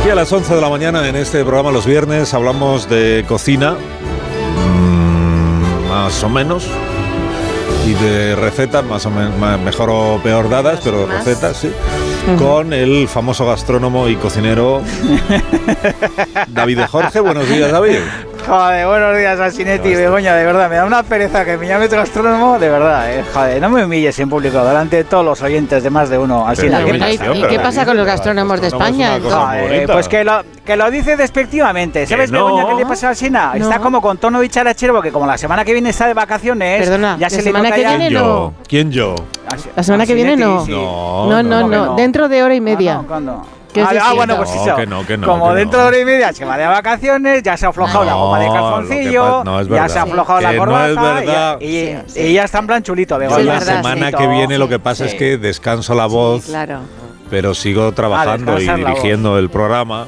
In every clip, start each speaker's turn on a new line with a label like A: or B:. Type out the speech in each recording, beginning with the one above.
A: Aquí a las 11 de la mañana en este programa los viernes hablamos de cocina, mm, más o menos, y de recetas, más o menos, mejor o peor dadas, pero
B: más.
A: recetas, sí, con el famoso gastrónomo y cocinero David de Jorge. Buenos días, David.
C: Joder, buenos días, Asinetti, Begoña, de verdad, me da una pereza que me llame tu astrónomo, de verdad, eh, joder, no me humilles en público, delante de todos los oyentes de más de uno, así
A: Pero
C: la
A: bueno,
C: gente-
A: hay-
B: ¿Y qué pasa con los gastrónomos de España? Eh,
A: Gastrónomo es una cosa
C: Joder,
A: bonita.
C: pues que lo, que lo dice despectivamente, ¿sabes,
A: no.
C: Begoña, qué le pasa a Sina?
B: No.
C: Está como con tono bicharachero, porque como la semana que viene está de vacaciones,
B: Perdona,
C: ya
B: ¿la
C: se le
B: semana
C: nota
B: que
C: ya-
B: viene?
A: ¿Quién yo? ¿Quién yo?
C: Asi-
B: La semana que viene
C: Asinetti,
B: no.
C: sí.
B: No, no,
C: no, que
B: no.
C: no.
B: Dentro de hora y
C: Ah,
B: media.
C: no, ¿cuándo?
B: Que es
C: Ah, ah,
B: distinto.
C: bueno, pues
A: No,
C: eso.
A: que no, que no,
C: Como
A: que
C: dentro
A: no.
C: de hora y media se va de vacaciones, ya se ha aflojado la goma de
A: No, lo
C: calzoncillo,
A: que pa- no, es
C: ya
A: verdad.
C: se ha aflojado
A: Que
C: la
A: no
C: corbata
A: es verdad.
C: y, y-
B: Sí, sí.
C: y ya está en plan chulito de
A: Yo
B: es
A: la
B: verdad,
A: semana
B: sí.
A: que viene lo que pasa
B: Sí.
A: es que descanso la voz.
B: Sí, claro.
A: pero sigo
C: Ah,
A: trabajando y
C: descansar la
A: dirigiendo el programa.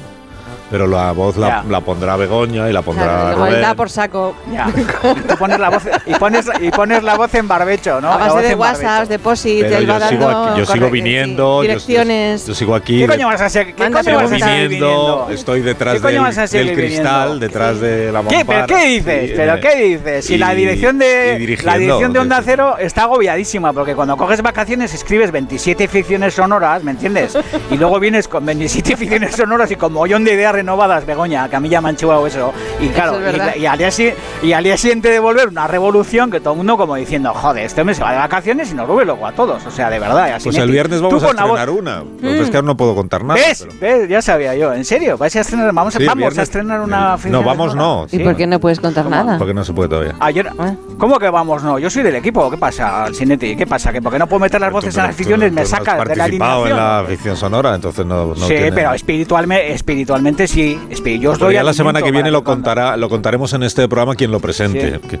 A: Pero la voz la,
C: Ya.
A: la pondrá Begoña y la pondrá
B: Claro, igual
A: Rubén.
B: da por saco.
C: Ya. Tú pones la voz y pones y pones la voz en barbecho, ¿no?
B: a
C: La voz
B: base de
C: en barbecho.
B: WhatsApp, depósito,
A: Pero
B: él va
A: yo sigo,
B: dando.
A: aquí- yo sigo
B: corre-
A: viniendo,
B: sí,
A: yo-
B: direcciones.
A: Yo, sigo aquí,
C: ¿Qué
A: de-
C: coño vas a hacer? ¿Qué
B: Manda
C: coño vas a
A: sigo
C: seguir
B: seguir
A: viniendo, estoy
C: ¿Qué
A: detrás
C: coño
A: del,
C: vas a seguir
A: del cristal,
C: viniendo?
A: detrás de la
C: ¿Qué,
A: mampara.
C: ¿Pero qué dices?
A: Sí,
C: ¿Pero
A: eh,
C: qué dices? Si la
A: y-
C: dirección
A: y
C: de
A: dirigiendo,
C: la dirección de Onda
A: sí, sí.
C: Cero está agobiadísima porque cuando coges vacaciones escribes 27 ficciones sonoras, ¿me entiendes? Y luego vienes con 27 ficciones sonoras y con mollón de ideas renovadas, Begoña, que a mí ya me han chivado eso. Y claro,
B: es verdad.
C: y, y al día, si- y al día siguiente de volver una revolución que todo el mundo como diciendo, joder, este hombre se va de vacaciones y nos vuelve loco a todos. O sea, de verdad. y así
A: Pues
C: neti.
A: el viernes
C: Tú
A: vamos a
C: con la voz-
A: estrenar una. Entonces que ahora no puedo contar nada.
C: ¿Ves?
A: pero-
C: ¿Ves? Ya sabía yo. ¿En serio? ¿Vais a estrenar? Vamos,
A: Sí, el
C: vamos
A: viernes-
C: a estrenar una
A: No, vamos no.
B: ¿Y
A: sí,
B: por qué no puedes contar nada?
A: Porque no se puede todavía.
C: Ayer,
A: ¿Eh?
B: Ah.
C: ¿Cómo que vamos? No, yo soy del equipo. ¿Qué pasa, Sinetti? ¿Qué pasa? ¿Que porque no puedo meter las voces
A: Tú-
C: a las aficiones
A: tú-
C: me
A: tú no has
C: saca de la
A: participado
C: alineación?
A: en la ficción sonora, entonces no, no
C: sí,
A: tiene-
C: pero espiritualmente, espiritualmente sí. Espiri- yo os
A: Pero
C: doy
A: ya la
C: alimento
A: semana que
C: para
A: viene lo
C: cuando-
A: contará, lo contaremos en este programa quien lo presente.
C: Sí.
A: Que-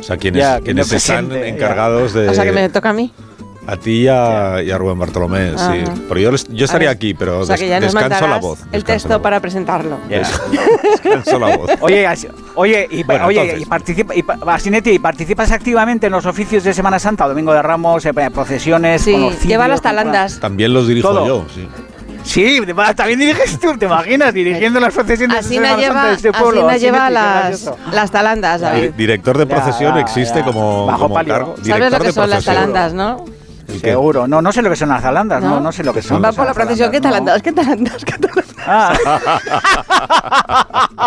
A: o sea, quienes,
C: Ya, quien
A: quienes
C: lo
A: están
C: presente, ya.
A: encargados de
B: O sea que me toca a mí.
A: a ti y a, y a Rubén Bartolomé,
B: Ajá.
A: sí. Pero yo, les- yo estaría
B: A ver,
A: aquí, pero
B: O sea
A: des-
B: que ya nos
A: descanso la
B: mandarás
A: voz.
B: el
A: descanso
B: texto
A: la voz.
B: para presentarlo.
C: Ya.
A: Descanso la voz.
C: Oye, as- oye, y, pa-
A: Bueno,
C: oye,
A: entonces.
C: y participa, y pa- va, Sinetti, ¿y participas activamente en los oficios de Semana Santa, Domingo de Ramos, eh, procesiones,
B: Sí,
C: conocidos,
B: lleva las
C: contra-
B: talandas.
A: También los dirijo
C: Todo.
A: yo, sí.
C: Sí, te va- también diriges tú, ¿te imaginas? Dirigiendo las procesiones de
B: Asina Eh,
C: Semana
B: lleva,
C: Santa de este pueblo.
B: Asina lleva
C: Sinetti, qué
B: las,
C: gracioso.
B: las talandas,
A: Di-
B: David.
A: Director de
C: Ya,
A: procesión
C: ya,
A: existe
C: ya.
A: como,
C: Bajo
A: como
C: palio.
A: cargo.
B: ¿Sabes lo
A: Director
B: que
A: de
B: son las
A: procesión.
B: talandas, no?
A: ¿El qué?
C: Seguro, no, no sé lo que son las talandas, no, no, sé lo que
A: ¿Qué
C: son.
A: son
B: Va
A: las
B: por la procesión, ¿qué talandas? ¿Qué talandas? ¿Qué talandas?
C: Ah.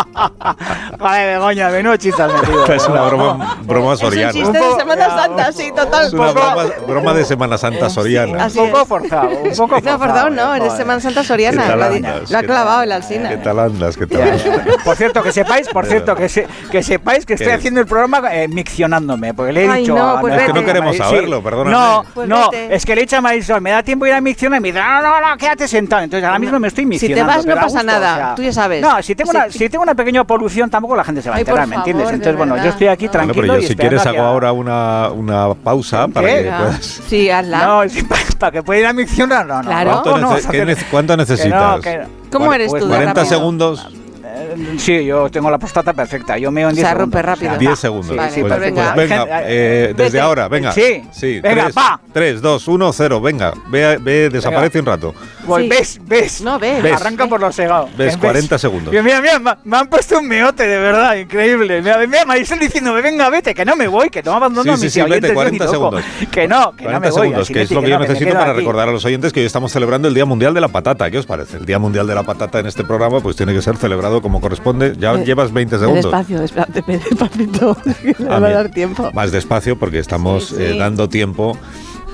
C: Vale, Begoña, menudo chiste has metido.
A: Es una broma, broma
B: Es un
A: soriana.
B: chiste de Semana Santa, sí, total.
A: Es una
B: poco.
A: broma, broma de Semana Santa soriana.
B: así
C: Un
B: es.
C: poco forzado, un poco forzado.
B: No, perdón, no,
C: eh,
B: eres
C: joder.
B: Semana Santa
A: ¿Qué
B: Soriana. Lo, ha di-
A: talandas?
B: lo ha
A: ¿Qué
B: clavado el
A: ¿Qué
B: Alcina.
A: talandas? ¿Qué
C: Ya,
A: talandas?
C: ya. Por cierto, que sepáis, por cierto, que, se- que sepáis que estoy
A: ¿Qué?
C: haciendo el programa eh, miccionándome, porque le he
B: Ay,
C: dicho
B: no,
C: a
B: pues
C: Marisol-
B: Es que no
A: queremos
C: Sí.
A: saberlo, perdóname.
C: No,
B: Pues
C: no,
B: vete.
C: es que le he dicho a Marisol, me da tiempo ir a miccionar y me dice, no, no, no, quédate sentado. Entonces ahora mismo me estoy
B: Si te
C: miccionando.
B: vas, no
C: pero a
B: pasa nada, tú ya sabes.
C: No, si tengo,
B: Si-
C: una, si tengo una pequeña polución, tampoco la gente se va a
B: Ay, por
C: enterar, ¿me entiendes?
B: favor, de
C: Entonces, bueno, yo
B: verdad,
C: estoy aquí
B: no.
A: Bueno,
C: tranquilo.
A: pero
C: y
A: yo si
C: esperando
A: quieres
C: a que-
A: hago ahora una, una pausa para
C: ¿Qué? Ah.
A: que puedas...
B: Sí, hazla.
C: No, sí, pa- para, que pueda ir a miccionar, no, no.
B: Claro.
C: Ah, no,
A: ¿Cuánto,
C: no,
A: nece-
C: no,
A: qué
C: no,
A: nece- cuánto necesitas?
C: que no.
B: ¿Cómo
A: Cuar-
B: eres tú? de rápido?
A: 40 segundos,
C: Eh, Sí, yo tengo la prostata perfecta. Yo meo en
B: O
C: 10
B: sea,
C: segundos.
B: rompe rápido.
C: va.
A: 10 segundos.
B: Vale,
A: pues,
B: pues
A: pues
B: venga.
A: venga, eh, desde
B: Vete.
A: ahora, venga.
C: Sí.
A: sí
C: Venga, va.
A: 3, 2, 1, 0, venga. Ve, ve desaparece un rato.
C: Voy,
B: Sí.
C: ¿Ves? ¿Ves?
B: No, ves.
A: Ves.
C: Arranca por los segados.
A: Ves, 40 segundos.
C: Mira, mira, mira, me- me han puesto un meote, de verdad, increíble. Mira, mira, Marisol diciéndome, venga, vete, que no me voy, que no abandono
A: Sí,
C: a
A: sí,
C: mis
A: sí, vete,
C: oyentes, yo
A: 40
C: ni loco.
A: segundos.
C: Que no, que no
A: 40
C: me voy.
A: segundos,
C: así
A: que es lo
C: vete,
A: que yo
C: no, me
A: necesito
C: quedo
A: para
C: aquí.
A: recordar a los oyentes que hoy estamos celebrando el Día Mundial de la Patata. ¿Qué os parece? El Día Mundial de la Patata en este programa pues tiene que ser celebrado como corresponde. Ya
B: Eh,
A: llevas 20 segundos.
B: Despacio, despacio, despacito. que
A: Ah,
B: No va a
A: bien.
B: dar tiempo.
A: Más despacio porque estamos
B: Sí, sí.
A: eh, dando tiempo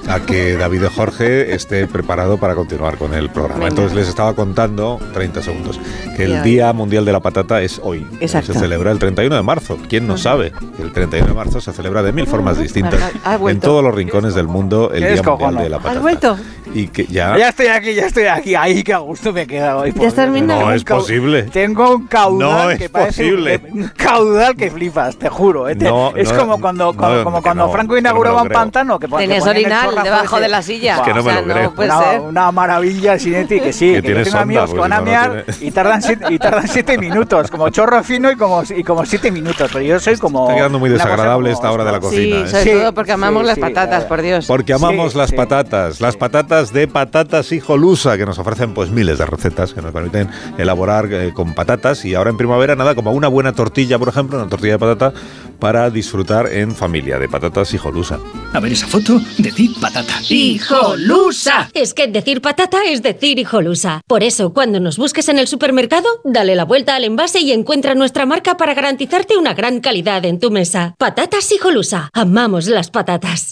A: a que David de Jorge esté preparado para continuar con el programa.
B: Venga.
A: Entonces les estaba contando, 30 segundos, que el
B: Ya.
A: Día Mundial de la Patata es hoy.
B: Exacto.
A: Se celebra el 31 de marzo. ¿Quién no sabe? que El 31 de marzo se celebra de mil formas distintas.
B: Vale, Ah, ha
A: En
B: vuelto.
A: todos los rincones del mundo el
C: Qué
A: Día Mundial
C: descojono.
A: de la
B: ¿Has
A: Patata.
B: vuelto?
A: Y que ya...
C: Ya estoy aquí, ya estoy aquí. Ahí que a gusto me he quedado. Ay, por
B: has
C: Dios,
B: terminado?
C: tengo
A: No
C: un
A: es
C: cau-
A: posible.
C: Tengo un caudal
A: No es
C: que parece
A: posible.
C: Un, un caudal que flipas, te juro. ¿eh? Te-
A: No,
C: es
A: no,
C: como cuando,
A: no,
C: como,
A: no,
C: como
A: que
C: cuando
A: no,
C: Franco
A: que no me lo
C: inauguraba un
A: creo.
C: painano. Que, pon- que
B: Tenías
C: ponían el
B: orinal
C: chorrazo
B: debajo
C: ese.
B: de la silla.
A: Es que no
B: O sea,
A: me lo creo.
B: puede
C: una,
B: ser.
C: una maravilla Sinetti, que sí,
A: Que
C: que,
A: tiene
C: yo tengo
A: sonda,
C: amigos
A: porque
C: con
A: si no, no
C: amear
A: tiene-
C: y, tardan siete, y tardan siete minutos, como chorro fino y como, y como siete minutos. Pero yo soy como.
A: Está quedando muy
C: una cosa
A: desagradable
C: como-
A: esta hora de la
B: Sí,
A: cocina. ¿eh?
B: sobre
C: Sí,
B: todo porque amamos
C: sí,
B: las
C: sí,
B: patatas,
C: claro.
B: por Dios.
A: Porque amamos
C: Sí,
A: las
C: sí.
A: patatas, las
C: Sí.
A: patatas de patatas y jolusa, que nos ofrecen pues miles de recetas que nos permiten elaborar eh, con patatas y ahora en primavera nada como una buena tortilla, por ejemplo, una tortilla de patata para disfrutar en familia de patatas y jolusa.
D: A ver esa foto, decid patata.
E: ¡Hijolusa!
F: Es que decir patata es decir hijolusa. Por eso, cuando nos busques en el supermercado, dale la vuelta al envase y encuentra nuestra marca para garantizarte una gran calidad en tu mesa. Patatas hijolusa. Amamos las patatas.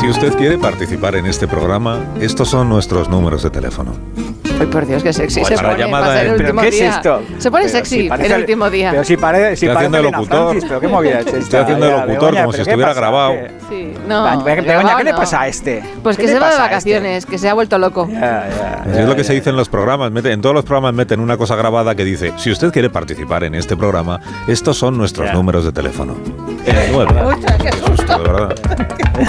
A: Si usted quiere participar en este programa, estos son nuestros números de teléfono.
B: Ay, por Dios, qué sexy
A: Bueno,
B: se
A: la
B: pone.
A: llamada
B: pasa el
A: es-
C: ¿Pero
B: último
C: qué es
B: día.
C: esto?
B: Se pone
C: Pero
B: sexy
C: si parece
B: el
C: al-
B: último día.
C: Pero si, parece si
A: Estoy haciendo
C: parece
A: el
C: Elena
A: locutor.
C: Francis, pero qué movida es esta.
A: Estoy haciendo el locutor como si
C: ¿pero qué
A: estuviera
C: pasa?
A: grabado.
C: ¿Qué?
B: Sí, no.
C: Begoña,
B: grabado
C: ¿qué le
B: no.
C: pasa a este?
B: Pues que
C: ¿Qué
B: se
C: le
B: va de
C: pasa a este?
B: vacaciones, que se ha vuelto loco.
C: Ya, ya,
A: Así
C: ya,
A: es lo que
C: ya.
A: se dice en los programas. meten- en todos los programas meten una cosa grabada que dice, si usted quiere participar en este programa, estos son nuestros
C: Ya. Eh,
A: números de teléfono. El nueve.
B: qué
A: Qué susto, de verdad.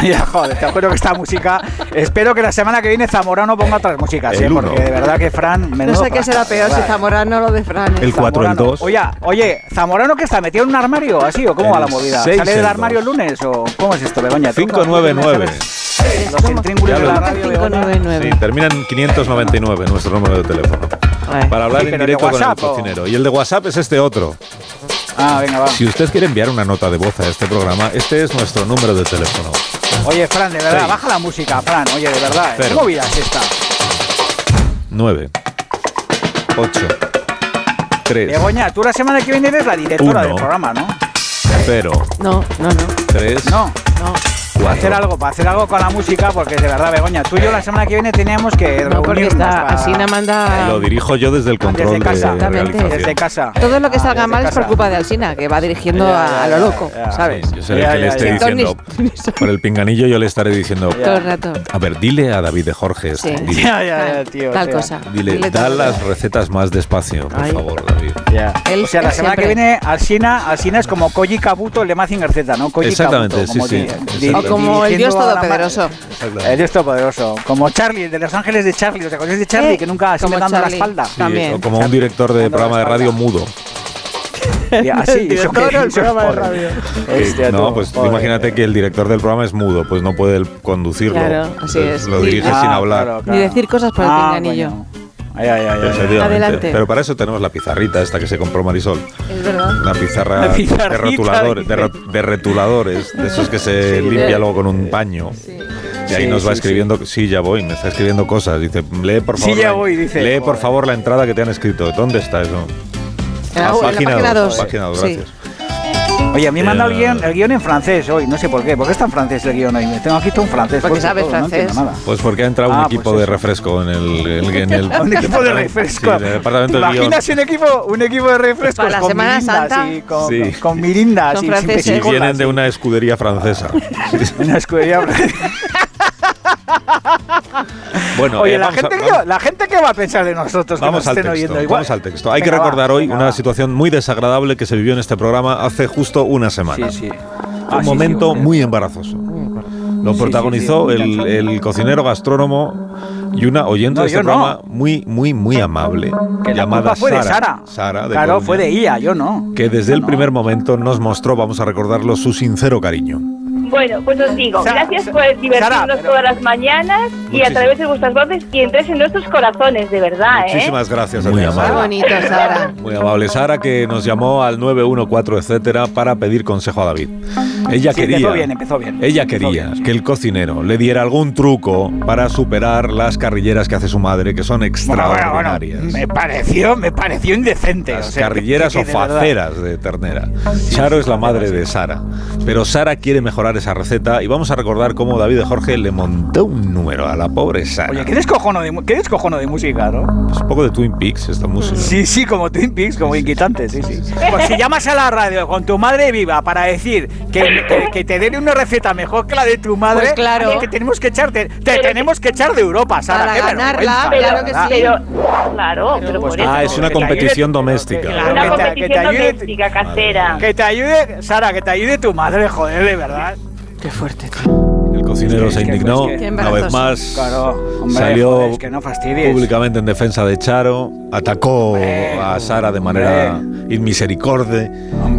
C: Ya, joder, te juro que esta música. Espero que la semana que viene Zamorano ponga otras músicas,
A: El
C: ¿eh?
A: uno.
C: Porque de verdad que Fran.
B: No
C: menudo
B: sé qué
C: Fran.
B: será peor, si
C: Vale.
B: Zamorano o lo de Fran.
A: El cu- Cuatro, el
C: Zamorano.
A: dos.
C: Oye, oye, Zamorano que está metido en un armario, así o cómo va
A: El
C: la movida.
A: seis,
C: ¿Sale
A: el
C: del
A: dos.
C: armario el lunes o cómo es esto, Begoña? ¿Tú
A: 599.
C: sabes Los intríngulos de la
A: Ya lo-
C: radio, Begoña?
A: Sí, terminan 599 nuestro número de teléfono.
B: Ay.
A: Para hablar
C: Sí,
A: en
C: pero de
A: directo con el
C: WhatsApp, ¿o?
A: cocinero. Y el de WhatsApp es este otro.
C: Ah, venga, va.
A: Si usted quiere enviar una nota de voz a este programa, este es nuestro número de teléfono.
C: Oye, Fran, de verdad,
A: Seis.
C: baja la música, Fran. Oye, de verdad, ¿eh? ¿qué
A: Cero.
C: movida es esta?
A: 9 8 3
C: Begoña, tú la semana que viene eres la directora
A: Uno.
C: del programa, ¿no?
A: 0
B: No, no, no.
A: 3
C: No.
B: no.
C: Para hacer algo, para hacer algo con la música, porque de verdad, Begoña, tú y yo la semana que viene teníamos que
B: No,
C: reunirnos
B: porque está,
C: para-
B: Asina
A: Lo
B: manda.
A: dirijo yo desde el control
C: Desde casa.
A: de
B: Exactamente.
A: realización.
C: desde casa.
B: Todo lo que
C: Ah,
B: salga
C: desde
B: mal es
C: casa.
B: por culpa de Alsina, que va dirigiendo
C: Ya, ya,
B: a, a lo
C: ya,
B: loco,
C: ya.
B: ¿sabes?
A: Sí, yo seré
C: Ya,
A: el que le
C: ya,
A: esté
C: ya.
A: diciendo. Por el pinganillo yo le estaré diciendo.
C: Ya.
B: Todo el rato.
A: A ver, dile a David de Jorge. esto,
B: Sí.
A: Dile,
C: Ya, ya, ya,
B: Tal-
C: tío.
B: Tal
C: o sea,
B: cosa.
A: dile,
B: Dile
A: da
B: tal cosa.
A: las recetas más despacio, por
B: Ay.
A: favor, David.
C: ya.
B: Él
C: o sea, la semana
B: siempre-
C: que viene Alsina, Alsina es como Koji Kabuto, el de Mazinger Z, ¿no? Koji
A: Exactamente,
C: Kabuto, como
A: sí, sí.
C: di-
A: Exactamente.
B: O como el Dios
C: dirigiendo a la ma-
B: Todopoderoso.
C: El Dios Todopoderoso. Como Charlie, el de Los Ángeles de Charlie. O sea, cosas de Charlie
B: Eh,
C: que nunca se
B: como
C: le dando la
B: Charlie.
C: espalda.
A: Sí,
B: También.
A: o como un director de
C: Dando
A: programa de
C: la
A: radio
C: espalda.
A: mudo.
C: Ya, Así,
B: El
C: eso que-
B: director del
C: eso es
B: programa de
C: pobre.
B: radio.
A: Que-
C: Hostia,
A: no,
C: tú,
A: pues
C: Este joder.
A: imagínate que el director del programa es mudo, pues no puede él conducirlo.
B: Claro, así
A: Entonces,
B: es.
A: Lo
B: Sí.
A: dirige
C: Ah,
A: sin hablar.
C: claro,
B: Ni decir cosas por el
C: Ah,
B: pinganillo.
C: coño. Ay, ay, ay, ay, ay.
A: Efectivamente.
B: Adelante.
A: Pero para eso tenemos la pizarrita esta que se compró Marisol.
B: Es verdad.
A: Una pizarra
C: La pizarrita,
A: de, rotuladores, de,
C: dice.
A: ro- de retuladores, de esos que se
C: Sí,
A: limpia
B: de-
A: luego con un paño. Y ahí
C: Sí,
A: nos va
C: sí,
A: escribiendo, sí. ya voy, me está escribiendo cosas. Dice, lee por
C: Sí,
A: favor.
C: ya
A: la-
C: voy, dice.
A: Lee por
C: Joder.
A: favor la entrada que te han escrito. ¿Dónde está eso?
B: En la-
A: Ah,
B: en la
A: dos,
B: página dos.
A: página dos,
B: Sí.
A: gracias.
C: Oye, a mí me manda el
A: Eh,
C: guión, el guión en francés hoy, no sé por qué. ¿Por qué está en francés el guión hoy? Me tengo aquí todo en francés.
B: Porque
C: puesto
B: sabes
C: todo, no
B: francés.
C: entiendo nada.
A: Pues porque ha entrado
C: Ah,
A: un
C: pues
A: equipo de
C: eso.
A: refresco en el, en el- en el-
C: Un equipo de
A: departamento-
C: refresco.
A: Sí, en el departamento de
C: ¿Te
A: guión.
C: imaginas un equipo, un equipo de refresco
B: Para la
C: con
B: Semana
C: mirindas
B: Santa.
C: y con,
A: Sí.
C: con mirindas
B: Son
C: y sin
B: franceses.
A: Y
B: Sí,
C: pesicolas
A: vienen de
C: y-
A: una escudería francesa.
C: una escudería.
A: Bueno, eh,
C: Oye, la
A: vamos a-
C: gente,
A: vamos-
C: que, la gente que va a pensar de nosotros que
A: Vamos
C: nos
A: al,
C: estén
A: texto,
C: oyendo igual.
A: vamos al texto. Hay
C: Venga,
A: que
C: va,
A: recordar hoy
C: venga,
A: una
C: va.
A: situación muy desagradable que se vivió en este programa hace justo una semana.
C: Sí, sí. Ah,
A: Un
C: sí, sí,
A: momento
C: hombre.
A: muy embarazoso. Lo
C: Sí,
A: protagonizó
C: sí, sí.
A: el- El, cocinero gastrónomo y una oyente
C: No,
A: de este
C: yo no.
A: programa muy, muy, muy amable
C: Que la
A: llamada
C: culpa fue de
A: Sara.
C: Sara.
A: Sara de
C: claro,
A: Coruña,
C: fue de ella, yo no.
A: Que desde
C: Yo
A: el
C: no.
A: primer momento nos mostró, vamos a recordarlo, su sincero cariño.
G: Bueno, pues os digo,
C: Sara,
G: gracias
C: Sa-
G: por divertirnos
C: Sara, pero-
G: todas las mañanas y a
A: Muchísimas.
G: través de vuestras voces y entréis en nuestros corazones, de
C: Ah,
G: verdad, ¿eh?
C: ¿eh?
A: Muchísimas gracias,
D: Muy
A: Adriana.
B: Qué
D: amable.
B: bonito, Sara.
A: Muy amable Sara que nos llamó al 914 etcétera para pedir consejo a David. Ella
C: Ah, Sí,
A: quería
C: empezó bien, empezó bien.
A: Ella
C: Empezó
A: quería
C: bien.
A: que el cocinero le diera algún truco para superar contar las carrilleras que hace su madre, que son
C: Bueno, bueno, bueno,
A: extraordinarias.
C: me pareció, me pareció indecente.
A: Las
C: o sea,
A: carrilleras
C: que-
A: o
C: que de verdad.
A: faceras de ternera. Charo es la madre de Sara, pero Sara quiere mejorar esa receta y vamos a recordar cómo David de Jorge le montó un número a la pobre Sara.
C: Oye, qué descojono de, mu- qué descojono de música, ¿no?
A: Es Pues un poco de Twin Peaks esta música.
C: Mm. Sí, sí, como Twin Peaks, como inquietante, sí, sí. Pues si llamas a la radio con tu madre viva para decir que, que- que te den una receta mejor que la de tu madre,
B: Pues claro.
C: que tenemos que echar, te, te
G: Pero-
C: tenemos que echar de Europa, Sara.
B: Para
C: qué
B: ganarla,
C: vergüenza,
G: Pero,
B: claro que
C: ¿verdad?
B: sí.
G: Pero, claro, pero
C: Pues
G: por eso.
A: Ah, es una
C: que te ayude-
A: competición doméstica.
C: Claro,
G: Una
C: que te- que te
G: competición
C: ayude-
G: doméstica, casera.
C: Que te ayude, Sara, que te ayude tu madre, joder, de verdad.
B: Qué fuerte, tío.
A: El cocinero
C: Es que-
A: se
C: es que-
A: indignó
C: es que-
A: una vez más.
C: Claro, hombre,
A: salió
C: joder, es que no fastidies.
A: públicamente en defensa de Charo, atacó
C: Hombre,
A: a Sara de manera inmisericorde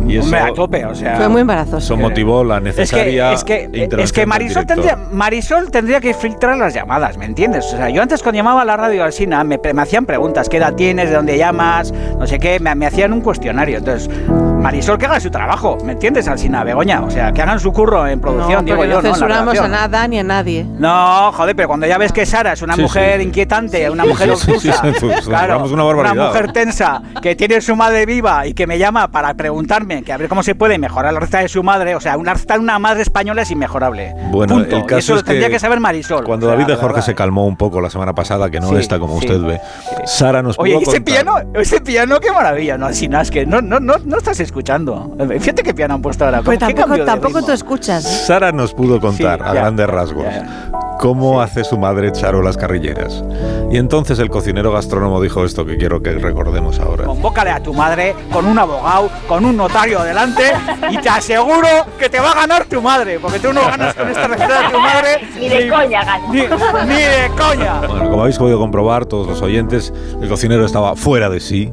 A: y eso
C: Hombre, a tope, o sea.
B: Fue muy embarazoso.
A: eso motivó la
C: Es que,
A: necesaria
C: es que, eh,
A: intervención
C: es que
A: del
C: Marisol,
A: director.
C: tendría, Marisol tendría que filtrar las llamadas, ¿me entiendes? O sea, yo antes cuando llamaba a la radio al Sina me, pre- me hacían preguntas, ¿qué edad tienes? ¿De dónde llamas? No sé qué, me, me hacían un cuestionario. Entonces, Marisol que haga su trabajo, ¿me entiendes, Alsina, Begoña? O sea, que hagan su curro en producción,
B: no,
C: digo
B: porque
C: yo,
B: no
C: ¿no? En la
B: censuramos a
C: redacción.
B: nada ni a nadie.
C: No, joder, pero cuando ya ves que Sara es una
A: Sí,
C: mujer
A: sí.
C: inquietante, una
A: Sí,
C: mujer
A: sí, sí,
C: obtusa,
A: sí, sí, sí,
C: claro,
A: es una barbaridad.
C: mujer tensa, que tiene su madre viva y que me llama para preguntarme que a ver cómo se puede mejorar la receta de su madre, o sea, una receta de una madre española es inmejorable.
A: Bueno,
C: Punto.
A: el
C: Y
A: caso
C: eso
A: es
C: lo tendría
A: que
C: que saber Marisol.
A: Cuando
C: o sea,
A: David de
C: la
A: Jorge
C: verdad.
A: se calmó un poco la semana pasada, que no
C: Sí,
A: está como
C: sí.
A: usted ve, Sara nos
C: Oye,
A: pudo
C: ¿y ese
A: contar-
C: piano, ese piano, qué maravilla, no, Así, no, es que no, no, no, no estás escuchando. Fíjate qué piano han puesto ahora.
B: Pues
C: ¿cómo- qué cambio
B: tampoco,
C: de
B: tampoco
C: ritmo?
B: tú escuchas.
A: Sara nos pudo contar
C: Sí,
A: a
C: ya.
A: grandes rasgos
C: Ya,
A: cómo hace su madre Charo las carrilleras. Y entonces el cocinero gastrónomo dijo esto que quiero que recordemos ahora.
C: Convócale a tu madre con un abogado, con un notario delante y te aseguro que te va a ganar tu madre, porque tú no ganas con esta receta de tu madre.
G: Ni de coña gana.
C: Ni, ni de coña.
A: Bueno, como habéis podido comprobar todos los oyentes, el cocinero estaba fuera de sí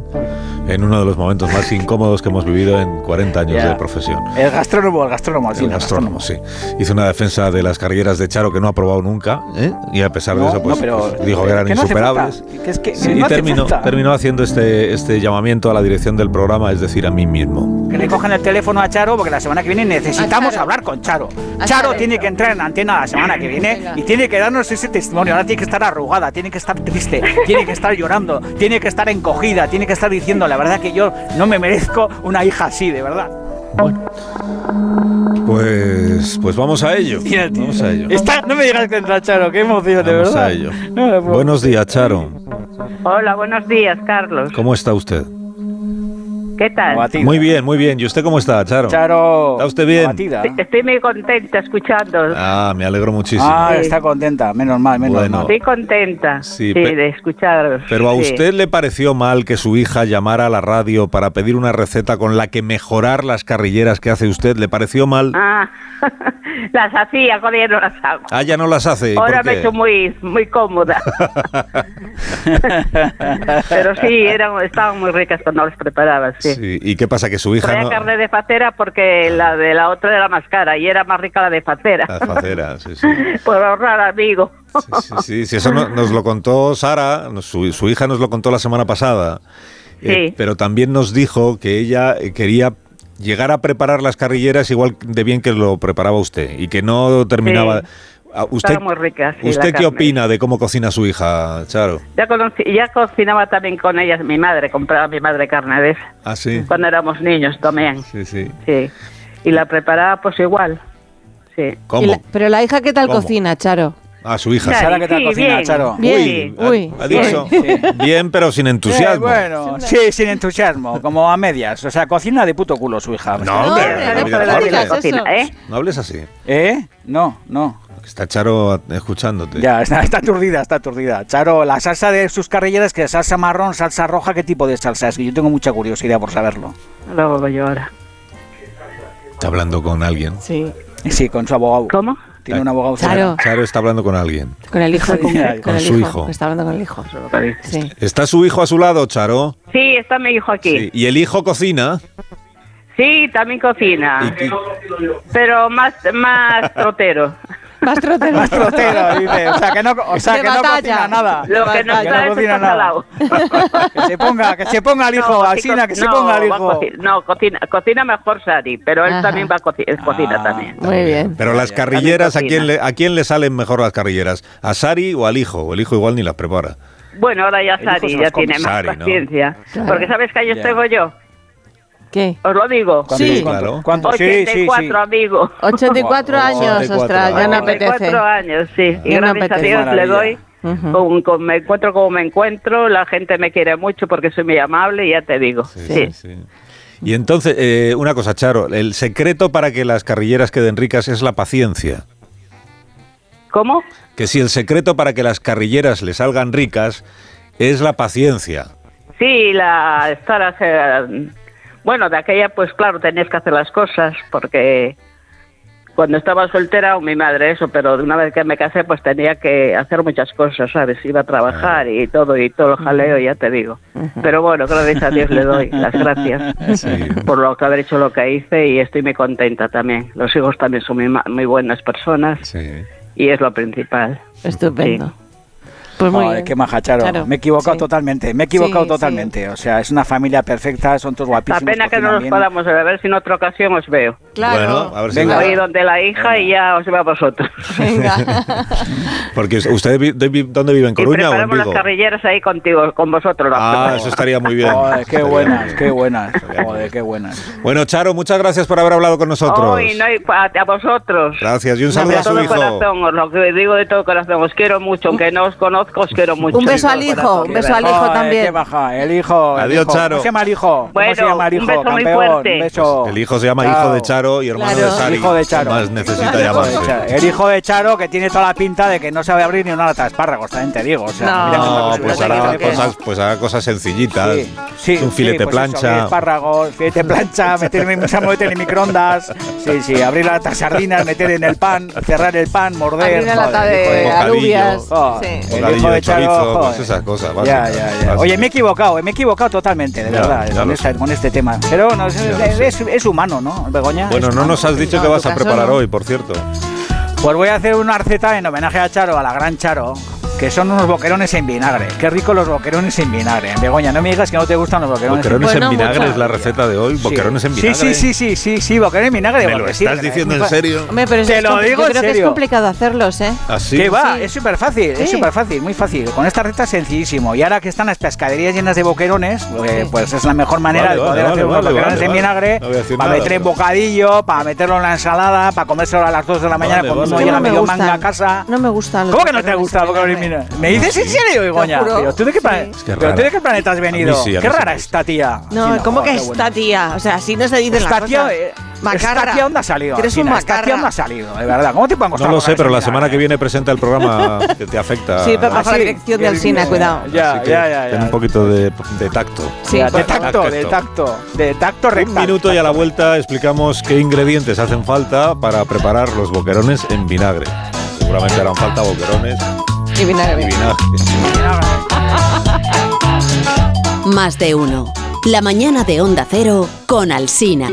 A: en uno de los momentos más incómodos que hemos vivido en 40 años
C: Ya.
A: de profesión.
C: El gastrónomo, el gastrónomo, sí,
A: El gastrónomo, sí. Hizo una defensa de las carrilleras de Charo que no ha probado nunca, ¿eh? y a pesar de
C: No,
A: eso, pues,
C: no, pero-
A: pues, dijo que eran
C: que no hace
A: insuperables.
C: falta, que es que
A: Sí,
C: no
A: y
C: hace
A: terminó,
C: falta.
A: terminó haciendo este, este llamamiento a la dirección del programa, es decir, a mí mismo.
C: Que le cojan el teléfono a Charo porque la semana que viene necesitamos
B: A Charo.
C: hablar con Charo.
B: A
C: Charo
B: Charo.
C: tiene que entrar en antena la semana que viene
B: Venga.
C: y tiene que darnos ese testimonio. Ahora tiene que estar arrugada, tiene que estar triste, tiene que estar llorando, tiene que estar encogida, tiene que estar diciendo la verdad que yo no me merezco una hija así, de verdad.
A: Pues, pues vamos a ello.
C: Mira, tío.
A: Vamos a ello.
C: Está- no me digas que entra Charo, qué emoción, de
A: Vamos
C: verdad.
A: a ello.
C: No me puedo-
A: Buenos días, Charo.
H: Hola, buenos días, Carlos.
A: ¿Cómo está usted?
H: ¿Qué tal?
C: Abatida.
A: Muy bien, muy bien. ¿Y usted cómo está, Charo?
C: Charo.
A: ¿Está usted bien?
C: abatida.
H: Estoy muy contenta escuchando.
A: Ah, me alegro muchísimo.
C: Ah, está contenta, menos mal, menos
A: Bueno.
C: mal.
H: Estoy contenta
A: Sí,
H: sí,
A: pe-
H: de escucharos.
A: Pero a
H: Sí.
A: usted le pareció mal que su hija llamara a la radio para pedir una receta con la que mejorar las carrilleras que hace usted. ¿Le pareció mal?
H: Ah, las hacía, ahora ya no las hago.
A: Ah, ya no las hace. ¿Y por
H: ahora me he
A: qué?
H: hecho muy, muy cómoda. Pero sí, eran, estaban muy ricas cuando las preparabas, sí.
A: Sí, ¿Y qué pasa? Que su hija
H: Traía
A: no... Ah.
H: carne de facera porque la de la otra era más cara y era más rica la de facera.
A: La facera, sí, sí.
H: Por ahorrar, amigo.
A: Sí, sí, sí, sí, eso no- nos lo contó Sara, nos- su, su hija nos lo contó la semana pasada, Eh,
H: Sí.
A: pero también nos dijo que ella eh, quería llegar a preparar las carrilleras igual de bien que lo preparaba usted y que no terminaba...
H: Sí.
A: Ah, ¿Usted,
H: Estaba muy rica, sí, la
A: ¿usted qué
H: carne.
A: opina de cómo cocina su hija, Charo?
H: Ya, conocí- ya cocinaba también con ellas mi madre, compraba mi madre carne de esa,
A: Ah, sí.
H: cuando éramos niños también.
A: Sí, sí.
H: Sí. Y la preparaba pues igual. Sí.
B: Y
A: ¿Cómo?
B: la- pero la hija, ¿qué tal
A: ¿Cómo?
B: cocina, Charo?
A: Ah, su hija.
H: Claro.
C: Sara, ¿qué tal
H: Sí,
C: cocina,
H: bien.
C: Charo?
B: Bien.
A: Ha-
B: Uy.
A: ha dicho. Bien, pero sin entusiasmo.
C: Eh, bueno, sí, sin entusiasmo, como a medias. O sea, cocina de puto culo su hija.
A: No, hombre,
B: hombre,
A: David
B: no
A: Jorge.
B: digas eso.
H: Cocina, ¿eh?
A: No hables así.
C: ¿Eh? No, no.
A: Está Charo a- escuchándote.
C: Ya, está, está aturdida, está aturdida. Charo, la salsa de sus carrilleras, que salsa marrón, salsa roja, ¿qué tipo de salsa es? Que yo tengo mucha curiosidad por saberlo.
H: Luego voy yo ahora.
A: Está hablando con alguien.
B: Sí.
C: Sí, con su abogado.
H: ¿Cómo?
C: Tiene un abogado.
B: Charo.
A: Charo está hablando con alguien.
B: Con el hijo.
C: Con-
B: dice,
A: con
B: el
A: su hijo.
B: Está hablando con el hijo.
C: este.
B: Sí.
A: ¿Está su hijo a su lado, Charo?
H: Sí, está mi hijo aquí. Sí,
A: ¿Y el hijo cocina?
H: también cocina,
A: Y- y-
H: pero más, más trotero.
B: Más trotero.
C: Más trotero, dice. O sea, que no, o sea,
B: De
C: que no
B: batalla.
C: cocina nada.
B: Lo que no
C: Que
B: sabes
H: es
C: cocina
H: estar
C: nada.
H: salado.
C: Que se ponga, que se ponga el hijo,
H: No,
C: Alsina, que
H: co-
C: se ponga el
H: va a
C: hijo.
H: coci- no, cocina, cocina mejor Sari, pero él
B: Ajá.
H: también va a cocinar, cocina
C: Ah.
H: también.
B: Muy bien.
A: Pero las
C: También
A: carrilleras, ¿a
H: cocina.
A: quién, le, ¿a quién le salen mejor las carrilleras? ¿A Sari o al hijo? O El hijo igual ni las prepara.
H: Bueno, ahora ya
C: El hijo se
H: Sari
C: los
H: ya
C: come.
H: tiene más
A: Sari, ¿no?
H: paciencia.
B: Claro.
H: Porque ¿sabes que años
C: Ya.
H: tengo yo?
B: ¿Qué?
H: Os lo digo.
C: ¿Cuánto-
B: Sí.
C: cuánto-
A: Claro.
C: cuánto? Sí, sí, sí.
H: 84, amigo.
B: 84
A: Wow,
B: años,
A: 84
B: ostras, ya no
A: años.
B: apetece.
H: 84 años, sí. Y
B: Ya no
H: gracias a
B: apetece.
H: Dios le
C: Maravilla.
H: doy.
B: Ujú.
H: con- con- me encuentro como me encuentro, la gente me quiere mucho porque soy muy amable y ya te digo. Sí.
A: Y entonces, eh, una cosa, Charo, el secreto para que las carrilleras queden ricas es la paciencia.
H: ¿Cómo?
A: Que si el secreto para que las carrilleras le salgan ricas es la paciencia.
H: Sí, la estar a ser- bueno, de aquella pues claro, tenías que hacer las cosas porque cuando estaba soltera o mi madre eso, pero de una vez que me casé pues tenía que hacer muchas cosas, ¿sabes? Iba a trabajar y todo y todo el jaleo, ya te digo. Pero bueno, gracias a Dios le doy las gracias
A: Sí.
H: por lo que haber hecho lo que hice y estoy muy contenta también. Los hijos también son muy, ma- muy buenas personas
A: Sí.
H: y es lo principal.
B: Estupendo. Pues muy
C: Joder,
B: bien.
C: qué maja, Charo.
B: Claro,
C: Me he equivocado
B: sí.
C: totalmente, me he equivocado
B: Sí, sí.
C: totalmente. O sea, es una familia perfecta, son todos
H: La
C: guapísimos.
H: pena que
C: cocinan
H: no nos
C: bien.
H: podamos ver, a ver si en otra ocasión os veo.
B: Claro.
A: Bueno, a ver si
C: Venga.
H: Voy donde la hija y ya os veo a vosotros.
B: Venga.
A: Porque ustedes vi- de- vi- dónde viven, ¿En
H: Y
A: Coruña o en
H: preparamos las
A: Vigo?
H: carrilleras ahí contigo, con vosotros. las
A: Ah,
H: preparamos.
A: eso estaría muy bien.
C: Joder, Oh, qué
A: Estaría
C: buenas,
A: bien.
C: qué buenas. Joder, qué buenas.
A: Bueno, Charo, muchas gracias por haber hablado con nosotros.
H: Hoy, no, y a, a vosotros.
A: Gracias y un
H: De
A: saludo a su
H: todo
A: hijo.
H: corazón, os lo que digo de todo corazón, os quiero mucho, aunque no os conozco, os quiero mucho.
B: Un beso
H: De
B: al
H: todo
B: hijo,
H: corazón.
B: un beso al hijo
C: Joder,
B: también.
C: qué baja, el hijo. el
A: Adiós,
C: hijo.
A: Charo.
C: ¿Cómo se llama el hijo? ¿Cómo
H: Bueno,
C: se llama el
H: un
C: hijo?
H: beso muy
C: Campeón,
H: fuerte.
C: un beso.
A: Pues, El hijo se llama hijo
C: Chao.
A: de Charo y hermano
B: Claro.
A: de Sari.
C: El hijo de Charo.
A: Más eh. necesita
C: El hijo de
A: llamarse.
C: Charo. El hijo de Charo que tiene toda la pinta de que no sabe abrir ni una lata de espárragos, también te digo. O sea,
B: No,
C: mira que es una
A: No,
C: cosa
A: pues
B: no
C: que
B: te
A: hará,
B: equivoques.
A: cosas, pues hará cosas sencillitas.
C: Sí, sí,
A: un
C: sí,
A: filete
C: pues eso, abrir
A: plancha.
C: espárragos, filete plancha, meter en, el- meter en el microondas. Sí, sí, abrir la lata de sardinas, meter en el pan, cerrar el pan, morder.
B: Abrir una
C: joder,
B: lata
C: hijo
B: de
A: bocadillo.
B: alubias.
C: Oh,
B: Sí.
C: el
A: Bocadillo
C: hijo
A: de
C: de Charo,
A: chorizo,
C: joder.
A: pues esas cosas,
C: Ya,
A: básicas,
C: ya, ya.
A: básicas.
C: Oye, me he equivocado, me he equivocado totalmente, de
A: Ya,
C: verdad,
A: ya
C: con,
A: lo
C: esta-
A: sé.
C: con este tema. Pero no, es,
A: Ya lo
C: es-
A: sé.
C: es- es humano, ¿no, Begoña?
A: Bueno,
C: Es
A: no
C: humano.
A: nos has dicho
B: No,
A: que vas
B: en
A: a
B: tu caso
A: preparar
B: no.
A: hoy, por cierto.
C: Pues voy a hacer una receta en homenaje a Charo, a la gran Charo, que son unos boquerones en vinagre. Qué rico los boquerones en vinagre. Begoña, no me digas que no te gustan los boquerones, en
A: Boquerones
B: Bueno,
A: en vinagre
B: mucha-
A: es la receta de hoy. Boquerones en vinagre.
C: vinagre. Sí, sí, sí, sí, sí, sí, boquerones en vinagre.
A: ¿Me lo
C: porque sí,
A: estás
C: porque
A: diciendo
C: es
A: en
C: muy fa-
A: serio?
B: Hombre, pero eso
C: Te
B: es
C: lo
B: compli-
C: digo
B: yo
C: en
B: creo que es
C: serio.
B: complicado hacerlos, ¿eh?
A: ¿Así?
C: Que va,
B: Sí.
C: es súper fácil, es
B: Sí.
C: súper fácil, muy fácil. Con esta receta es sencillísimo. Y ahora que están las pescaderías llenas de boquerones, eh,
B: Sí.
C: pues es la mejor manera
A: Vale,
C: de
A: vale,
C: poder
A: vale,
C: hacer unos
A: vale,
C: boquerones
A: vale,
C: en
A: vale.
C: vinagre,
A: No voy a decir
C: para
A: nada,
C: meter en
A: pero-
C: bocadillo, para meterlo en la ensalada, para comérselo a las 2 de la mañana
A: Vale,
C: cuando
A: vale.
C: uno
A: Es que
C: llega
A: no
C: medio
B: gustan.
C: manga a casa.
B: No me gustan. los
C: ¿Cómo que no te
B: boquerones
C: gusta el boquerón
B: en vinagre?
C: vinagre? ¿Me dices en serio, Begoña?
B: juro.
C: Pero tú de qué
B: Sí.
C: planeta.
A: Es que
C: pero tú de
A: rara.
C: qué planeta has venido.
A: sí, a mí
C: qué
A: sí me
C: rara
A: gusta.
C: esta tía.
B: No,
C: Sí,
B: ¿cómo
C: joder,
B: que
C: qué bueno.
B: esta tía? O sea, así no se dicen las
C: Esta tía,
B: cosas.
C: eh,
B: Macarra.
C: esta tía dónde ha salido?
B: Eres un
C: Asina? esta tía
B: macarra.
C: dónde ha salido, de verdad. ¿Cómo te pueden
A: No
C: costar?
A: lo
C: los
A: sé, pero la
C: boquerones en
A: semana que
C: vinagre?
A: viene presenta el programa que te afecta.
B: Sí, pero
A: Así
B: bajo la
C: sí,
B: dirección
C: qué
B: de Alsina,
C: bien.
B: cuidado.
C: Ya,
A: que
C: ya, ya, ya.
A: Ten un poquito de, de tacto.
B: Sí,
C: Ya,
B: por
C: de
B: favor.
C: tacto, de tacto, de tacto
A: Un
C: rectal.
A: minuto y a la vuelta explicamos qué ingredientes hacen falta para preparar los boquerones en vinagre. Seguramente harán falta boquerones
B: Y vinagre.
A: y vinagre.
I: Más de uno. La mañana de Onda Cero con Alsina.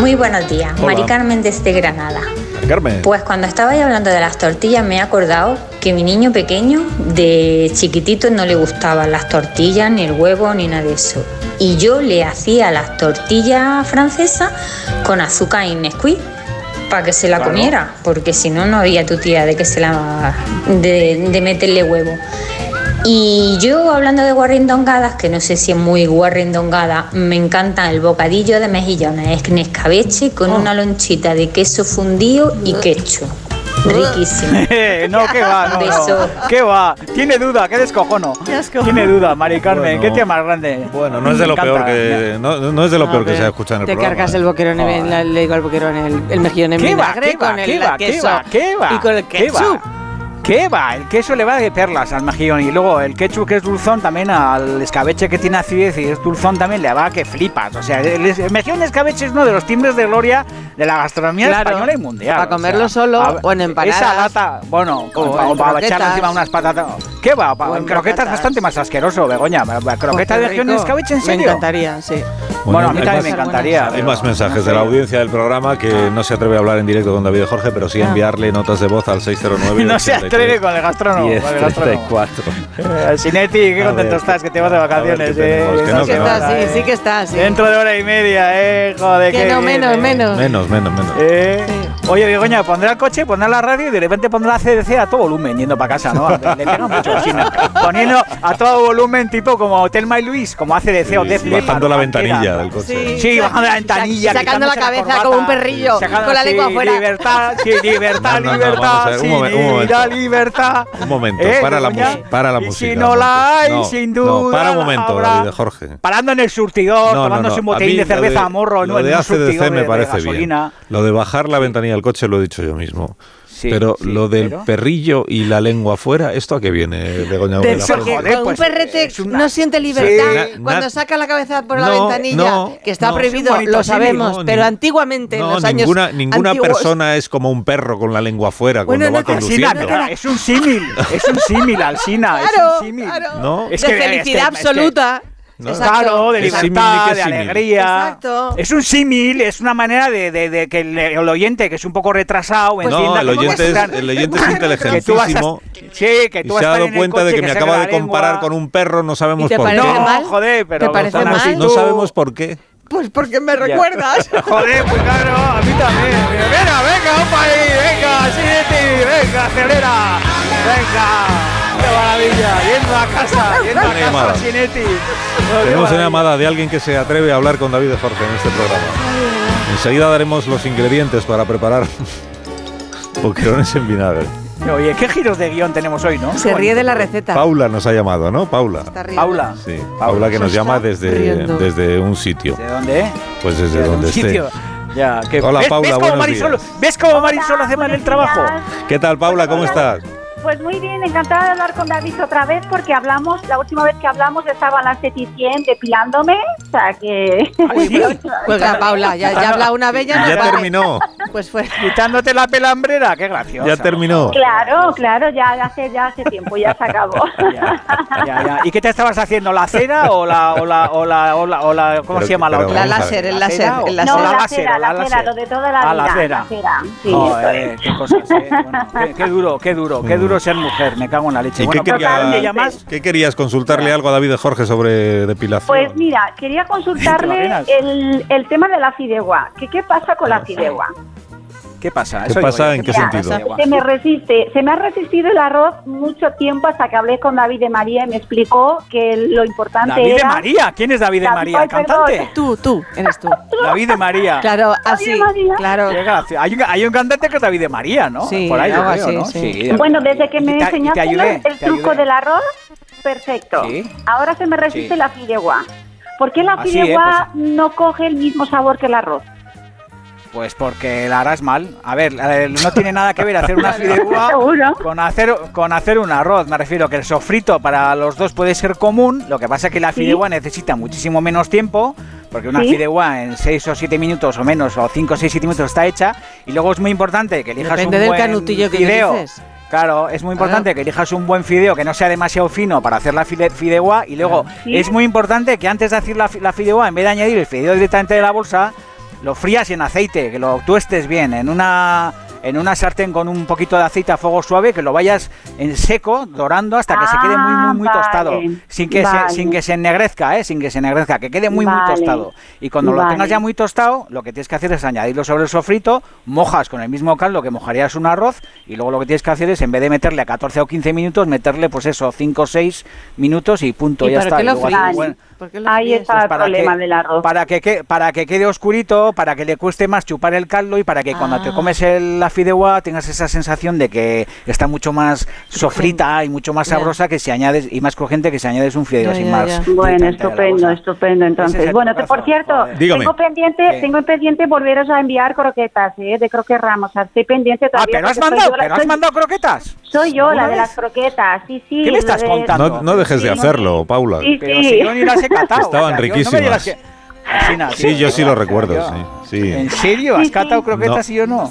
J: Muy buenos días,
A: Hola.
J: Mari Carmen desde Granada.
A: Carmen.
J: Pues cuando estabais hablando de las tortillas me he acordado que mi niño pequeño de chiquitito no le gustaban las tortillas, ni el huevo, ni nada de eso. Y yo le hacía las tortillas francesas con azúcar y Nesquik para que se la
C: Claro.
J: comiera, porque si no, no había tu tía de que se la de, de meterle huevo. Y yo hablando de guarrindongadas, que no sé si es muy guarrindongada, me encanta el bocadillo de mejillones, es en escabeche con
K: Oh.
J: una lonchita de queso fundido y quecho. Riquísimo.
C: eh, no, que va, no,
J: Beso.
C: no. Que va. Tiene duda, qué descojono.
B: Qué asco.
C: Tiene duda, Mari Carmen,
A: Bueno.
C: qué tía más grande.
A: Bueno, no es
C: Me
A: de lo peor
C: encanta.
A: que no, no es de lo
B: A
A: peor que
B: ver,
A: se ha escuchado en el
B: Te
A: programa. ¿eh?
B: cargas el boquerón, en,
C: Joder.
B: la- le digo al boquerón, el, el mejillón en
C: ¿Qué va?
B: vinagre
C: ¿Qué va?
B: con el
C: ¿Qué va? ¿Qué
B: queso
C: va? ¿Qué va?
B: y con el
C: ¿Qué va?
B: ketchup.
C: ¿Qué va? El queso le va de perlas al mejillón y luego el ketchup que es dulzón también al escabeche que tiene acidez y es dulzón también le va que flipas. O sea, el, el mejillón de escabeche es uno de los timbres de gloria de la gastronomía
B: Claro.
C: española y mundial.
B: Para
C: o sea,
B: comerlo solo
C: a-
B: o en
C: Esa
B: empanadas.
C: lata, bueno, o,
B: O
C: pa-
B: en
C: o para echarle
B: croquetas.
C: encima unas patatas. ¿Qué va? Pa-
B: O en
C: en croquetas es
B: patatas.
C: bastante más asqueroso, Begoña. Croquetas
B: Pues qué
C: de mejillón de
B: rico.
C: escabeche, en
B: Me
C: serio.
B: encantaría, sí.
C: Bueno, a mí
A: hay
C: también me
A: más-
C: encantaría,
A: Hay
C: pero
A: más mensajes de la audiencia del programa que no se atreve a hablar en directo con David Jorge, pero sí a
C: Ah.
A: enviarle notas de voz al 609.
C: No se atreve con el gastrónomo. Con el gastrónomo.
A: 1034.
C: Eh, Sinetti, qué contento estás que te vas de vacaciones. eh.
B: Sí que está, sí, sí que está, sí.
C: Dentro de hora y media, eh, joder.
B: Que
C: qué
B: no,
C: bien,
B: menos,
C: eh.
B: menos.
A: Menos, menos, menos.
C: Eh, Oye, Begoña, pondrá el coche, pondrá la radio y de repente pondrá la CDC a todo volumen yendo para casa, ¿no? Le pega mucho a China. Poniendo a todo volumen, tipo como Hotel My Luis, como ACDC o Def
A: Sí, Bajando
C: Leppard,
A: la
C: cualquiera.
A: ventanilla del coche.
C: Sí, bajando la ventanilla.
B: sacando la
C: quitándose
B: cabeza
C: corbata,
B: como un perrillo,
C: sacando-
B: con la
C: sí,
B: lengua afuera.
C: Libertad, sí, libertad,
A: No, no, no,
C: libertad,
A: vamos a ver, un
C: sí,
A: momen- un
C: libertad,
A: momento.
C: libertad.
A: Un momento,
C: Eh,
A: para, la
C: Begoña,
A: mus- para la
C: y si
A: música.
C: no
A: un
C: la
A: momento.
C: hay,
A: No,
C: sin
A: No,
C: duda
A: para un momento,
C: habrá.
A: David Jorge.
C: Parando en el surtidor,
A: No, no,
C: tomándose
A: no. A
C: un
A: mí
C: botellín de
A: lo
C: cerveza a morro,
A: lo
C: no en
A: de
C: un
A: ACDC
C: surtidor de-
A: me
C: de
A: parece bien.
C: gasolina.
A: Lo de bajar la ventanilla del coche lo he dicho yo mismo. pero
C: sí,
A: lo del
C: pero-
A: perrillo y la lengua afuera, ¿esto a qué viene, Begoña?
B: Pero
A: Gómez?
B: porque
C: joder,
B: con
C: pues,
B: un perrete
C: es una-
B: no siente libertad
A: Ah, Sí. Na- na-
B: cuando saca la cabeza por la
A: No,
B: ventanilla,
A: no,
B: que está
A: no. Es
B: prohibido,
A: un bonito
B: lo
A: símil,
B: sabemos,
A: no,
B: pero
A: ni-
B: antiguamente, en
A: No,
B: los años
A: ninguna, ninguna
B: antiguos-
A: persona es como un perro con la lengua afuera
B: Bueno,
A: cuando
B: no
A: va
B: te-
C: Alsina,
A: conduciendo.
C: no, es un símil, es un símil, Alsina, Ah, es
B: Claro,
C: un símil.
B: claro.
A: No.
C: Es
B: de
C: que- es que-
B: felicidad
C: es que-
B: absoluta.
A: No.
B: Exacto.
C: Claro, de
A: Es símil y
C: libertad,
A: qué
C: de
A: símil.
C: alegría.
B: Exacto.
C: Es un símil, es una manera de, de- de que el, el oyente, que es un poco retrasado,
A: No,
C: entienda
A: el
C: cómo
A: oyente es,
C: estar-
A: el oyente es
C: que tú vas a-
A: inteligentísimo.
C: Sí, que
A: Y
C: tú vas
A: se
C: a
A: ha
C: estar
A: dado
C: en el
A: cuenta de
C: coche,
A: que me
C: saca
A: acaba
C: la
A: de comparar
C: lengua.
A: con un perro, no sabemos
B: ¿Y te
A: por
B: parece
A: qué.
C: No,
B: mal?
C: joder, pero
B: ¿Te parece
C: con
A: No,
B: mal?
A: no sabemos por qué.
B: Pues porque me recuerdas.
C: Joder, pues claro, a mí también. Venga, venga, opa ahí, venga, siguiente, venga, acelera. Venga, qué maravilla, yendo a casa, yendo
A: Una
C: a
A: llamada.
C: casa, Sinetti. No, qué
A: Tenemos una
C: maravilla.
A: llamada de alguien que se atreve a hablar con David de Jorge en este programa. Enseguida daremos los ingredientes para preparar boquerones en vinagre.
C: Oye, qué giros de guión tenemos hoy, ¿no?
B: Se ríe de la receta.
A: Paula nos ha llamado, ¿no? Paula.
B: Está riendo.
C: Paula.
A: Sí, Paula que nos
B: Se
A: llama
B: está
A: desde,
B: riendo.
A: desde un sitio.
C: ¿De dónde, eh?
A: Pues desde
C: un
A: donde esté.
C: sitio. Ya, que
A: Hola,
C: ¿ves,
A: Paula,
C: ¿ves cómo
A: buenos
C: Marisol,
A: días.
C: ¿Ves cómo Marisol hace mal el
G: buenos
C: trabajo?
G: días.
A: ¿Qué tal, Paula? ¿Cómo estás?
G: Pues muy bien, encantada de hablar con David otra vez porque hablamos, la última vez que hablamos estaba la esteticien depilándome, o sea que...
C: Ay, sí,
B: Cuelga, Pues Paula, ya, ya habla una
A: Y
B: bella. no
A: Ya
B: vale.
A: terminó,
B: Pues fue.
C: Quitándote la pelambrera, qué gracioso.
A: ya terminó.
G: Claro, claro, ya hace, ya hace tiempo, ya se acabó.
C: Ya, ya, ya. ¿Y qué te estabas haciendo? ¿La cera o la, o la, o la, o la, o la- ¿cómo
A: Pero-
C: se llama la
A: pero
C: otra?
B: La
A: vamos a ver.
B: láser, el
C: ¿La
B: láser,
C: cera o-
B: el
C: no,
B: láser.
G: no, la
C: láser,
G: cera,
C: la
G: la cera,
C: láser.
G: lo de toda la
C: Ah,
G: vida.
C: la cera.
G: sí.
C: Joder, qué cosas, eh. Bueno, qué, qué duro, qué duro, qué duro ser mujer, me cago en la leche.
A: ¿Y qué
C: Bueno, ¿por dónde
A: querías,
C: llamas?
A: qué querías consultarle algo a David de Jorge sobre depilación?
G: Pues mira, quería
C: ¿Te
G: consultarle
C: imaginas?
G: el, el tema de la fideuá. que ¿Qué pasa con la fideuá?
C: ¿Qué pasa?
A: ¿Qué
C: Eso digo
A: pasa?
C: yo,
A: ¿En qué
G: Mira,
A: sentido?
G: Se me resiste, se me ha resistido el arroz mucho tiempo hasta que hablé con David de María y me explicó que lo importante
C: David de
G: era
C: María, ¿quién es David de
G: David-
C: María?
G: ay,
C: ¿El cantante?
G: perdón.
B: Tú, tú, eres tú.
C: David de María.
B: Claro, así.
G: María.
B: Claro.
C: Qué gracia. Hay un, hay un cantante que es David de María, ¿no?
B: Sí,
C: Por ahí lo
B: algo
C: veo,
B: así,
C: ¿no?
B: sí.
G: Bueno, desde que
C: Y
G: me
C: te- y te
G: enseñaste
C: ayudé,
G: el
C: te
G: truco
C: ayudé.
G: del arroz, perfecto.
C: Sí.
G: Ahora se me resiste
C: Sí.
G: la fideuá. ¿Por qué la
C: Así,
G: fideuá
C: eh,
G: no coge el mismo sabor que el arroz?
C: Pues porque la harás mal. A ver, eh, no tiene nada que ver hacer una fideuá
G: Seguro.
C: con hacer, con hacer un arroz. Me refiero que el sofrito para los dos puede ser común. Lo que pasa es que la
G: Sí.
C: fideuá necesita muchísimo menos tiempo. Porque una
G: Sí.
C: fideuá en 6 o 7 minutos o menos, o 5 o 6 7 minutos está hecha. Y luego es muy importante que elijas
B: Depende
C: un
B: del
C: buen
B: canutillo que
C: fideo.
B: utilices.
C: Claro, es muy importante
B: Claro.
C: que elijas un buen fideo que no sea demasiado fino para hacer la file- fideuá y luego
G: Sí.
C: es muy importante que antes de hacer la, fi- la fideuá, en vez de añadir el fideo directamente de la bolsa, lo frías en aceite, que lo tuestes bien en una en una sartén con un poquito de aceite a fuego suave, que lo vayas en seco dorando hasta que se quede muy muy, muy
G: Ah,
C: tostado,
G: vale,
C: sin que
G: vale.
C: se, sin que se ennegrezca, eh, sin que se ennegrezca, que quede muy muy
G: Vale,
C: tostado. Y cuando lo
G: vale.
C: tengas ya muy tostado, lo que tienes que hacer es añadirlo sobre el sofrito, mojas con el mismo caldo que mojarías un arroz y luego lo que tienes que hacer es en vez de meterle a 14 o 15 minutos, meterle pues eso, 5 o 6 minutos y punto,
B: ¿Y
C: ya
B: para
C: está.
B: qué
C: Y
B: lo
C: luego haces un
G: fríes?
C: buen- pues
B: ¿Por qué lo
G: Ahí
B: fríes?
G: está el
C: para
G: problema
C: que-
G: del arroz.
C: Para que, que- para que quede oscurito, para que le cueste más chupar el caldo y para que cuando
B: Ah.
C: te comes el- la fideuá tengas esa sensación de que está mucho más sofrita y mucho más
B: Ya.
C: sabrosa que si añades, y más crujiente que si añades un fideo
B: Ya,
C: sin
B: ya,
C: más.
B: ya.
C: directamente
G: Bueno,
C: de la
G: estupendo,
C: bolsa.
G: estupendo. Entonces,
C: Ese es el
G: bueno, te-
C: trucazo,
G: por cierto,
C: joder.
A: Dígame.
G: tengo pendiente,
C: Sí.
G: tengo pendiente volveros a enviar croquetas, ¿eh? De Croque Ramos. Estoy pendiente
C: Ah,
G: todavía.
C: pero has
G: porque soy
C: mandado,
G: yo la-
C: pero has
G: soy-
C: mandado croquetas.
G: Soy yo
C: ¿Alguna
G: la de
C: vez?
G: las croquetas, sí, sí. eh,
C: ¿Qué me
G: lo
C: estás
G: de-
C: contando?
A: No, no dejes de
G: Sí.
A: hacerlo, Paula.
G: Sí,
C: Pero si yo ni las he catado.
A: Estaban
C: yo no me
A: riquísimas.
C: las que- Así nada,
A: Sí,
C: tío,
A: yo sí lo
C: ¿verdad?
A: recuerdo,
C: Yo-
A: sí, sí.
C: ¿En serio?
G: Sí,
C: ¿Has
G: sí.
C: catado croquetas
A: No.
C: y yo no?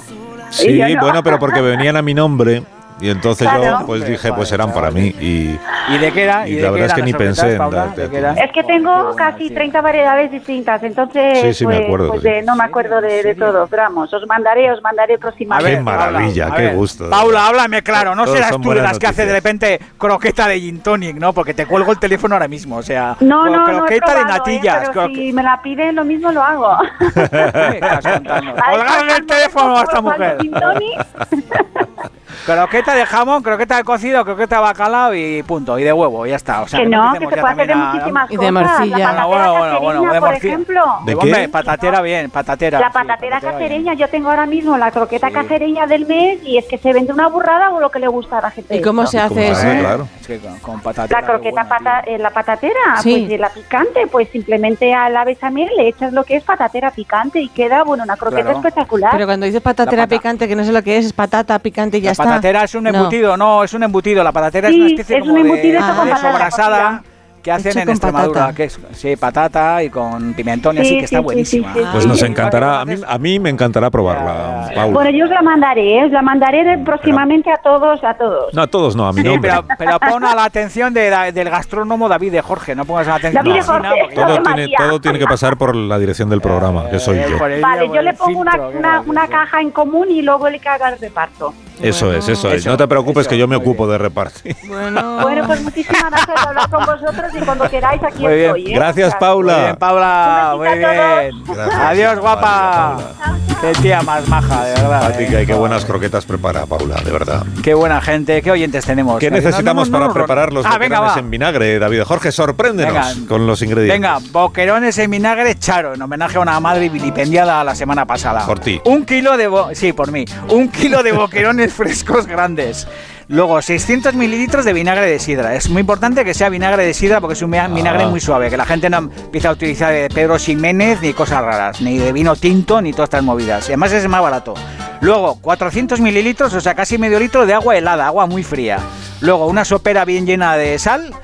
A: Sí,
G: yo no.
A: bueno, pero porque venían a mi nombre Y entonces
G: Claro.
A: yo pues dije, pues serán para mí. Y,
C: ¿Y de qué era?
A: y
C: ¿Y de
A: la
C: qué
A: verdad es que
C: eran
A: ni
C: las sorpresas,
A: pensé en
C: Paula?
A: darte.
C: ¿De
A: a
C: qué
A: ti.
C: eran?
G: Es que tengo casi 30 variedades distintas, entonces
A: Sí, sí, me
G: pues-
A: acuerdo,
G: pues
A: sí.
G: de- no me acuerdo de, de todos. Vamos, os mandaré, os mandaré
C: A
G: próximamente.
A: Qué
C: ver,
A: maravilla,
C: Paula, a
A: qué
C: ver.
A: gusto.
C: Paula, háblame claro, no
A: Todos
C: serás
A: son
C: tú de
A: buenas
C: las que hace de
A: noticias.
C: repente croqueta de gin tonic, ¿no? Porque te cuelgo el teléfono ahora mismo, o sea,
G: No,
C: cro-
G: no, no, he
C: croqueta
G: probado,
C: de
G: eh,
C: natillas.
G: pero
C: croque-
G: si me la piden, lo mismo lo hago.
C: ¿Qué estás contando? Colgadle el teléfono a esta mujer. Croqueta de jamón, croqueta de cocido, croqueta de bacalao y punto, y de huevo, y ya está. O sea,
G: que no, que
C: empecemos
G: se
C: ya
G: puede hacer de
C: también a-
G: muchísimas
B: Y de
G: cosas.
B: morcilla.
G: La patatera
C: Bueno, bueno, bueno,
G: cacereña,
C: de
G: por
C: morcilla.
G: ejemplo. ¿Eh?
A: ¿De
C: Hombre,
A: qué?
C: patatera bien, patatera.
G: La
C: sí,
G: patatera
C: bien.
G: cacereña, yo tengo ahora mismo la croqueta
C: Sí.
G: cacereña del mes y es que se vende una burrada o lo que le gusta a la gente.
B: ¿Y cómo se
A: ¿Cómo
B: hace
A: se
B: eso?
A: hace? claro.
C: Es que con, con patatera.
G: La croqueta
C: qué
G: pata-
C: buena,
G: eh, la patatera,
B: Sí.
G: pues eh, la picante, pues simplemente a la bechamel le echas lo que es patatera picante y queda, bueno, una croqueta
C: Claro.
G: espectacular.
B: Pero cuando dices patatera
C: La pata-
B: picante, que no sé lo que es, es patata picante y ya
C: la
B: está.
C: patatera es un
B: No.
C: embutido, no. es un embutido. La patatera es
G: Sí,
C: una especie
G: es
C: como
G: un embutido
C: de,
B: hecho con
C: de
B: patata
C: sobrasada que
B: Hecho
C: hacen en
B: con
C: Extremadura,
B: patata.
C: que es sí, patata y con pimentón y
G: Sí,
C: así que está
G: sí, sí,
C: buenísima.
G: sí, sí,
A: Pues
G: sí.
A: nos
G: Sí.
A: encantará, a mí, a mí me encantará probarla,
C: Ya, ya.
G: Bueno,
A: Paula.
G: yo os la mandaré, ¿eh? os la mandaré de- próximamente a todos, a todos.
A: No, a todos no, a mi
C: Sí,
A: nombre.
C: pero, pero pon a la atención de la- del gastrónomo David de Jorge, no pongas la atención
G: David de
C: a la vecina,
G: Jorge.
C: porque-
A: Todo
G: Ave
A: tiene,
G: María.
A: todo tiene que pasar por la dirección del programa, que soy
C: Eh,
A: yo.
C: por el-
G: Vale,
C: por
G: yo
C: el
G: le pongo una,
C: filtro, qué
G: una, una
C: maravilla.
G: caja en común y luego le caga el reparto.
A: Eso es, eso es.
C: Eso,
A: No te preocupes
C: eso,
A: que yo me
C: muy
A: ocupo de repartir.
B: Bueno,
G: Bueno, pues muchísimas gracias por hablar con vosotros y cuando queráis aquí
C: Muy bien.
G: estoy. ¿eh?
A: Gracias,
C: Muy bien,
A: Paula.
C: Paula,
G: Un
C: muy
G: besito a
C: bien.
A: Gracias,
C: Adiós, guapa.
A: Paula.
C: Qué tía más maja, de verdad.
A: Fantástica,
C: eh.
A: y qué buenas croquetas prepara, Paula, de verdad.
C: Qué buena gente, qué oyentes tenemos.
A: ¿Qué
C: No, no,
A: necesitamos
C: no, no,
A: para
C: no, no.
A: preparar los
C: Ah, venga,
A: boquerones
C: va.
A: en vinagre, David? Jorge, sorpréndenos
C: Venga.
A: con los ingredientes.
C: Venga, boquerones en vinagre charo, en homenaje a una madre vilipendiada la semana pasada.
A: Por ti.
C: Un kilo de... bo- sí, por mí. Un kilo de boquerones frescos grandes. Luego, 600 mililitros de vinagre de sidra. Es muy importante que sea vinagre de sidra porque es un vi-
A: Ah.
C: vinagre muy suave, que la gente no empiece a utilizar de Pedro Ximénez ni cosas raras, ni de vino tinto, ni todas estas movidas. Y además es más barato. Luego, 400 mililitros, o sea, casi medio litro de agua helada, agua muy fría. Luego, una sopera bien llena de sal,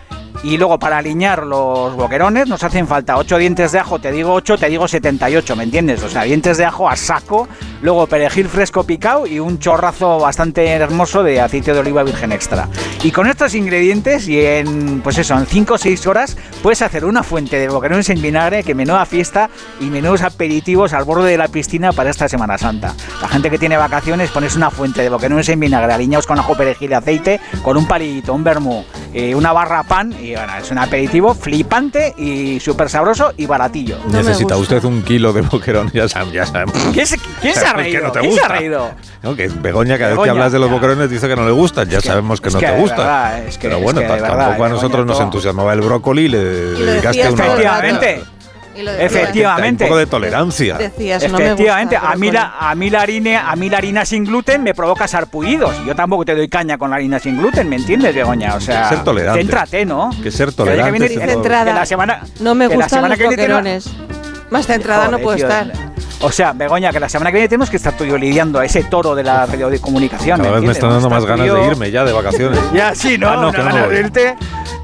C: y luego para alinear los boquerones nos hacen falta 8 dientes de ajo, te digo 8, te digo 78, ¿me entiendes? O sea, dientes de ajo a saco, luego perejil fresco picado y un chorrazo bastante hermoso de aceite de oliva virgen extra. Y con estos ingredientes y en, pues eso, en 5 o 6 horas puedes hacer una fuente de boquerones en vinagre que menuda fiesta y menudos aperitivos al borde de la piscina para esta Semana Santa. La gente que tiene vacaciones pones una fuente de boquerones en vinagre alineados con ajo, perejil y aceite, con un palillito, un vermú, eh, una barra pan y bueno, es un aperitivo flipante y súper sabroso y baratillo.
B: No me
A: Necesita
B: gusta.
A: usted un kilo de boquerón, ya sabemos. Ya sabemos.
C: ¿Quién se, quién se ha
A: Sabemos que
C: reído?
A: no te
C: ¿Quién se ha
A: gusta.
C: reído?
A: No, que Begoña, cada vez que
C: Begoña,
A: hablas de los
C: ya.
A: boquerones, dice que no le gustan. Ya
C: que-
A: sabemos que
C: es
A: no
C: que
A: te
C: de
A: gustan.
C: verdad, es que-
A: Pero bueno,
C: es que de
A: ta-
C: verdad,
A: tampoco a nosotros
C: Begoña,
A: nos
C: todo.
A: entusiasmaba el brócoli y le dedicaste
B: decías
A: una
B: todo el
A: hora.
B: rato.
C: Efectivamente.
B: y lo decías.
C: efectivamente.
A: Hay Un poco de tolerancia.
B: Decías, no me gusta,
C: Efectivamente, a,
B: pero
C: mí
B: bueno.
C: la, a, mí la harina, a mí la harina sin gluten me provoca sarpullidos. Yo tampoco te doy caña con la harina sin gluten, ¿me entiendes, Begoña? O sea,
A: Ser tolerante.
C: céntrate, ¿no?
A: Que ser
C: Que el año
A: tolerante.
C: que viene
A: ser
C: dice-
A: todo-
B: Centrada.
C: que la semana,
B: No me
C: que la
B: gustan
C: semana
B: los
C: que viene tenemos-
B: boquerones. Más centrada no
C: Joder,
B: puedo
C: tío,
B: estar.
C: O sea, Begoña, que la semana que viene tenemos que estar tú y yo lidiando a ese toro de la radiocomunicación.
A: Cada vez me
C: ¿entiendes?
A: están dando
C: Vamos a
A: más
C: estar
A: ganas
C: tú y
A: de
C: yo-
A: irme ya de vacaciones.
C: Ya, sí, ¿no?
A: Ah, no,
C: Una
A: que no
C: gana
A: voy.
C: de irte.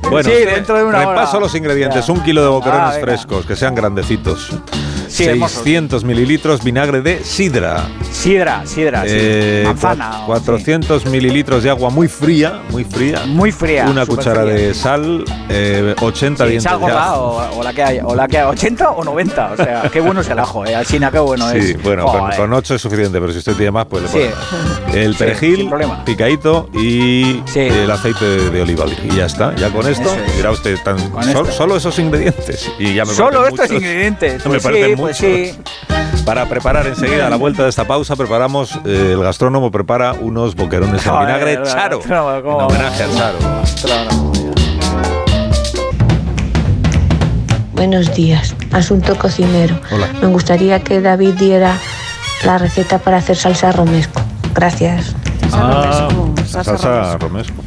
A: Bueno,
C: sí,
A: eh,
C: dentro de una
A: repaso
C: hora.
A: los ingredientes.
C: Ya.
A: Un kilo de boquerones
C: Ah, venga.
A: frescos, que sean grandecitos.
C: Sí, hermosos.
A: 600 mililitros vinagre de sidra.
C: Sidra, sidra, Ah, sí.
A: Eh,
C: Manzana.
A: cua-
C: o-
A: 400 mililitros de agua muy fría, muy fría.
C: sí. Muy fría.
A: Una
C: súper
A: cuchara
C: fría.
A: de sal, eh, 80
C: Sí,
A: dientes
C: sal
A: de
C: gorda
A: ajo.
C: o, o la que hay, o la que hay, 80 o 90, o sea, qué bueno es el ajo, eh, China, qué bueno es.
A: Sí, bueno, con,
C: Joder.
A: con 8 es suficiente, pero si usted tiene más, pues le
C: Sí.
A: pone. El
C: Sí,
A: perejil,
C: sin problema.
A: picadito y
C: Sí.
A: el aceite de, de oliva. virgen. Y ya está, ya con esto,
C: Eso es.
A: dirá usted, tan,
C: Con
A: sol-
C: esto.
A: solo esos ingredientes. Y ya me
C: Solo
A: parecen
C: estos
A: muchos.
C: ingredientes.
A: Me
C: Pues
A: parecen
C: sí,
A: muchos.
C: pues sí.
A: Para preparar enseguida, a la vuelta de esta pausa, preparamos, eh, el gastrónomo prepara unos boquerones en
C: Joder,
A: vinagre
C: no, no,
A: charo.
C: no,
A: en
C: ¿cómo?
A: homenaje al charo.
K: Buenos días, asunto cocinero.
A: Hola.
K: Me gustaría que David diera la receta para hacer salsa romesco. Gracias.
A: Ah,
B: romesco, salsa
A: salsa romesco.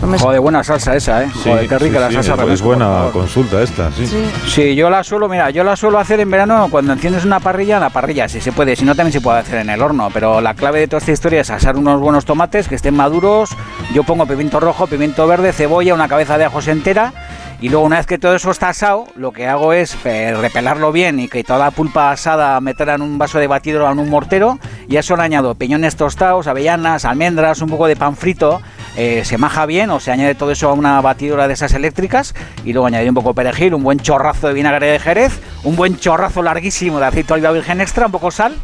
B: No me-
C: Joder, buena salsa esa, eh.
A: Sí,
C: Joder, qué rica
A: sí,
C: la
A: sí,
C: salsa
A: Es
C: romesco, por
A: buena
C: favor.
A: consulta esta, sí.
B: Sí.
C: Sí, yo la suelo, mira, yo la suelo hacer en verano cuando enciendes una parrilla, en la parrilla si se puede, si no también se puede hacer en el horno, pero la clave de toda esta historia es asar unos buenos tomates que estén maduros, yo pongo pimiento rojo, pimiento verde, cebolla, una cabeza de ajos entera y luego una vez que todo eso está asado, lo que hago es eh, repelarlo bien y que toda la pulpa asada meterla en un vaso de batido o en un mortero y a eso le añado piñones tostados, avellanas, almendras, un poco de pan frito. eh, se maja bien o se añade todo eso a una batidora de esas eléctricas y luego añadir un poco de perejil, un buen chorrazo de vinagre de jerez, un buen chorrazo larguísimo de aceite de oliva virgen extra, un poco sal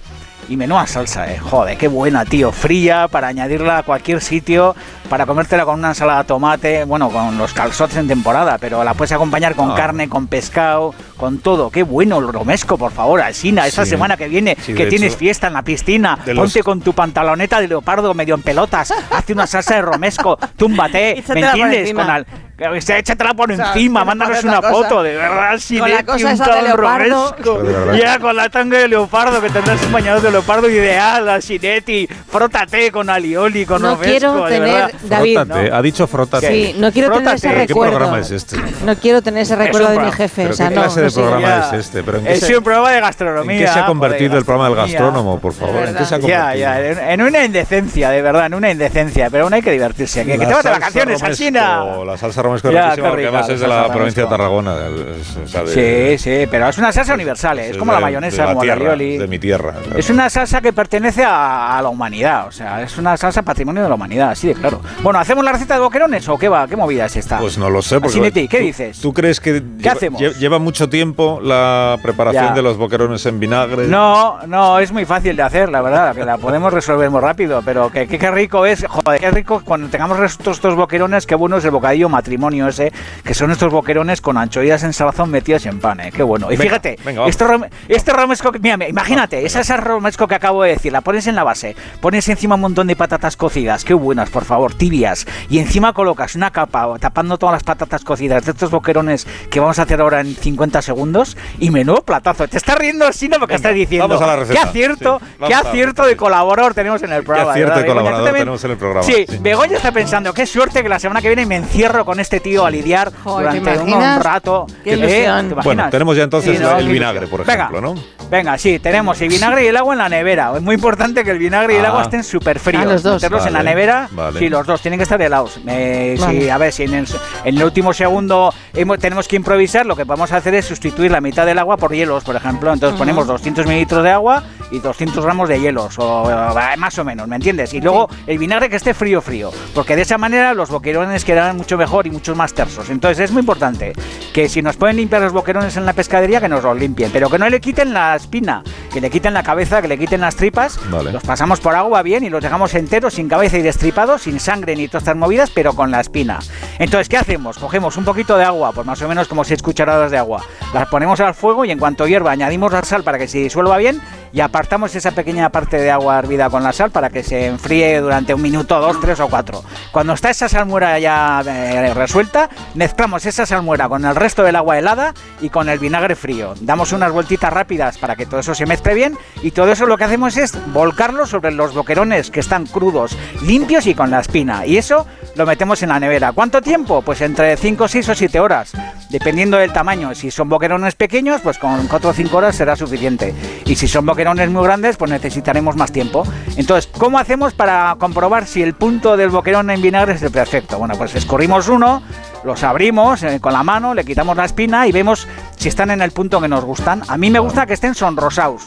C: y menuda salsa, eh. Joder, qué buena, tío. Fría, para añadirla a cualquier sitio, para comértela con una ensalada de tomate, bueno, con los calzotes en temporada, pero la puedes acompañar con
A: Ah.
C: carne, con pescado, con todo. Qué bueno, Romesco, por favor, Alsina, esta
A: Sí.
C: semana que viene,
A: Sí,
C: que
A: de
C: tienes
A: hecho,
C: fiesta en la piscina,
A: de
C: ponte
A: los-
C: con tu pantaloneta de leopardo medio en pelotas, hazte una salsa de Romesco, túmbate, ¿me
B: Échatela por
C: entiendes?
B: encima.
C: Con al- que se- Échatela por
B: O sea,
C: encima,
B: no
C: mándanos
B: pasa otra
C: una
B: cosa.
C: foto, de verdad, si
B: Con la
C: Leti,
B: cosa
C: un
B: esa de
C: tal
B: leopardo.
C: Romesco.
A: De verdad.
C: Ya con la tanga de leopardo que tendrás un bañador de leopardo ideal, a Sinetti, frótate con alioli, con
K: No
C: Romesco,
K: quiero
C: de
K: tener-
C: verdad.
K: David.
A: Frótate, Ha dicho frótate.
K: Sí, no quiero tener
C: Frótate.
K: ese
A: ¿Qué
K: recuerdo.
A: programa es este?
K: No quiero tener ese recuerdo de mi jefe.
A: ¿Pero
K: O sea,
A: qué
K: no,
A: clase
K: no
A: de
K: sé.
A: programa
C: Ya.
A: es este? ¿Pero en qué,
C: Es
A: se,
C: un programa de
A: en
C: gastronomía.
A: qué se ha
C: joder,
A: convertido el programa del
C: gastronomía.
A: gastrónomo, por favor? ¿En qué se ha
C: Ya,
A: convertido?
C: ya, en, en una indecencia, de verdad, en una indecencia. Pero aún hay que divertirse. Que, que
A: La
C: te vas de
A: salsa
C: vacaciones a
A: romesco,
C: China.
A: La salsa romesco es
C: Ya,
A: riquísima
C: qué
A: porque
C: rica
A: además
C: la
A: es de la
C: salsa
A: provincia de Tarragona. o sea,
C: Sí,
A: de-
C: sí, pero es una salsa universal, ¿eh? es como
A: de-
C: la mayonesa,
A: de
C: como el
A: tierra,
C: alioli.
A: De mi tierra.
C: Es una salsa que pertenece a, a la humanidad, o sea, es una salsa patrimonio de la humanidad, así de claro. Bueno, ¿hacemos la receta de boquerones o qué va? ¿Qué movida es esta?
A: Pues no lo sé. Porque
C: Asinetti, ¿qué
A: ¿tú-
C: dices?
A: ¿Tú crees que lleva,
C: hacemos?
A: lle- lleva mucho tiempo la preparación
C: Ya.
A: de los boquerones en vinagre?
C: No, no, es muy fácil de hacer, la verdad, que la podemos resolver muy rápido, pero que, que- qué rico es, joder, qué rico cuando tengamos estos, estos boquerones, qué bueno es el bocadillo matrimonio ese, que son estos boquerones con anchoillas en salazón metidas en pan, eh, qué bueno. Y
A: Venga,
C: fíjate,
A: venga, vamos.
C: este, rom- este romesco, que- mira, mira, imagínate, esa esa romesco que acabo de decir, la pones en la base, pones encima un montón de patatas cocidas, qué buenas, por favor, tibias, y encima colocas una capa tapando todas las patatas cocidas de estos boquerones que vamos a hacer ahora en 50 segundos, y menudo platazo, te estás riendo, Sina, porque
A: Venga,
C: estás diciendo,
A: vamos a la receta.
C: qué acierto,
A: Sí,
C: qué
A: vamos a la
C: acierto de colaborador tenemos en el programa.
A: acierto
C: ¿verdad,
A: de
C: Begoña? ¿Tú
A: colaborador
C: también?
A: tenemos en el programa,
C: Sí,
A: sí.
C: Begoña está pensando, qué suerte que la semana que viene me encierro con este tío a lidiar
B: Joder, ¿te
C: durante un,
B: imaginas?
C: rato.
B: Qué
C: ¿Eh?
B: ilusión.
C: ¿Te imaginas?
A: Bueno, tenemos ya entonces
C: Sí, ¿no?
A: el
C: Qué
A: vinagre, por
C: ilusión.
A: ejemplo, ¿no?
C: Venga, sí, tenemos el vinagre y el agua en la nevera. Es muy importante que el vinagre y el
A: Ah.
C: agua estén súper fríos.
B: Ah, los dos.
C: Meterlos en la
A: Vale,
C: nevera.
A: vale.
C: Sí, los dos tienen que estar helados. Eh,
B: Vale.
C: sí, a ver, si en el, en el último segundo hemos- tenemos que improvisar, lo que podemos hacer es sustituir la mitad del agua por hielos, por ejemplo. Entonces
B: Ujú.
C: ponemos 200 mililitros de agua y 200 gramos de hielos, o eh, más o menos, ¿me entiendes? Y luego el vinagre que esté frío, frío. Porque de esa manera los boquerones quedarán mucho mejor y muchos más tersos. Entonces es muy importante que si nos pueden limpiar los boquerones en la pescadería, que nos los limpien. Pero que no le quiten la espina, que le quiten la cabeza, que le quiten las tripas.
A: Vale.
C: Los pasamos por agua bien y los dejamos enteros, sin cabeza y destripados, sin sangre ni todas estas movidas, pero con la espina. Entonces, ¿qué hacemos? Cogemos un poquito de agua, pues más o menos como 6 cucharadas de agua. Las ponemos al fuego y en cuanto hierva añadimos la sal para que se disuelva bien y apartamos esa pequeña parte de agua hervida con la sal para que se enfríe durante un minuto, dos, tres o cuatro. Cuando está esa salmuera ya eh, resuelta, mezclamos esa salmuera con el resto del agua helada y con el vinagre frío. Damos unas vueltitas rápidas para que todo eso se mezcle bien y todo eso lo que hacemos es volcarlo sobre los boquerones que están crudos, limpios y con la espina. Y eso lo metemos en la nevera. ¿Cuánto tiempo? Pues entre 5, 6 o 7 horas, dependiendo del tamaño. Si son boquerones pequeños, pues con 4 o 5 horas será suficiente. Y si son boquerones muy grandes, pues necesitaremos más tiempo. Entonces, ¿cómo hacemos para comprobar si el punto del boquerón en vinagre es el perfecto? Bueno, pues escurrimos uno, los abrimos eh, con la mano, le quitamos la espina y vemos si están en el punto que nos gustan. A mí me gusta que estén sonrosados.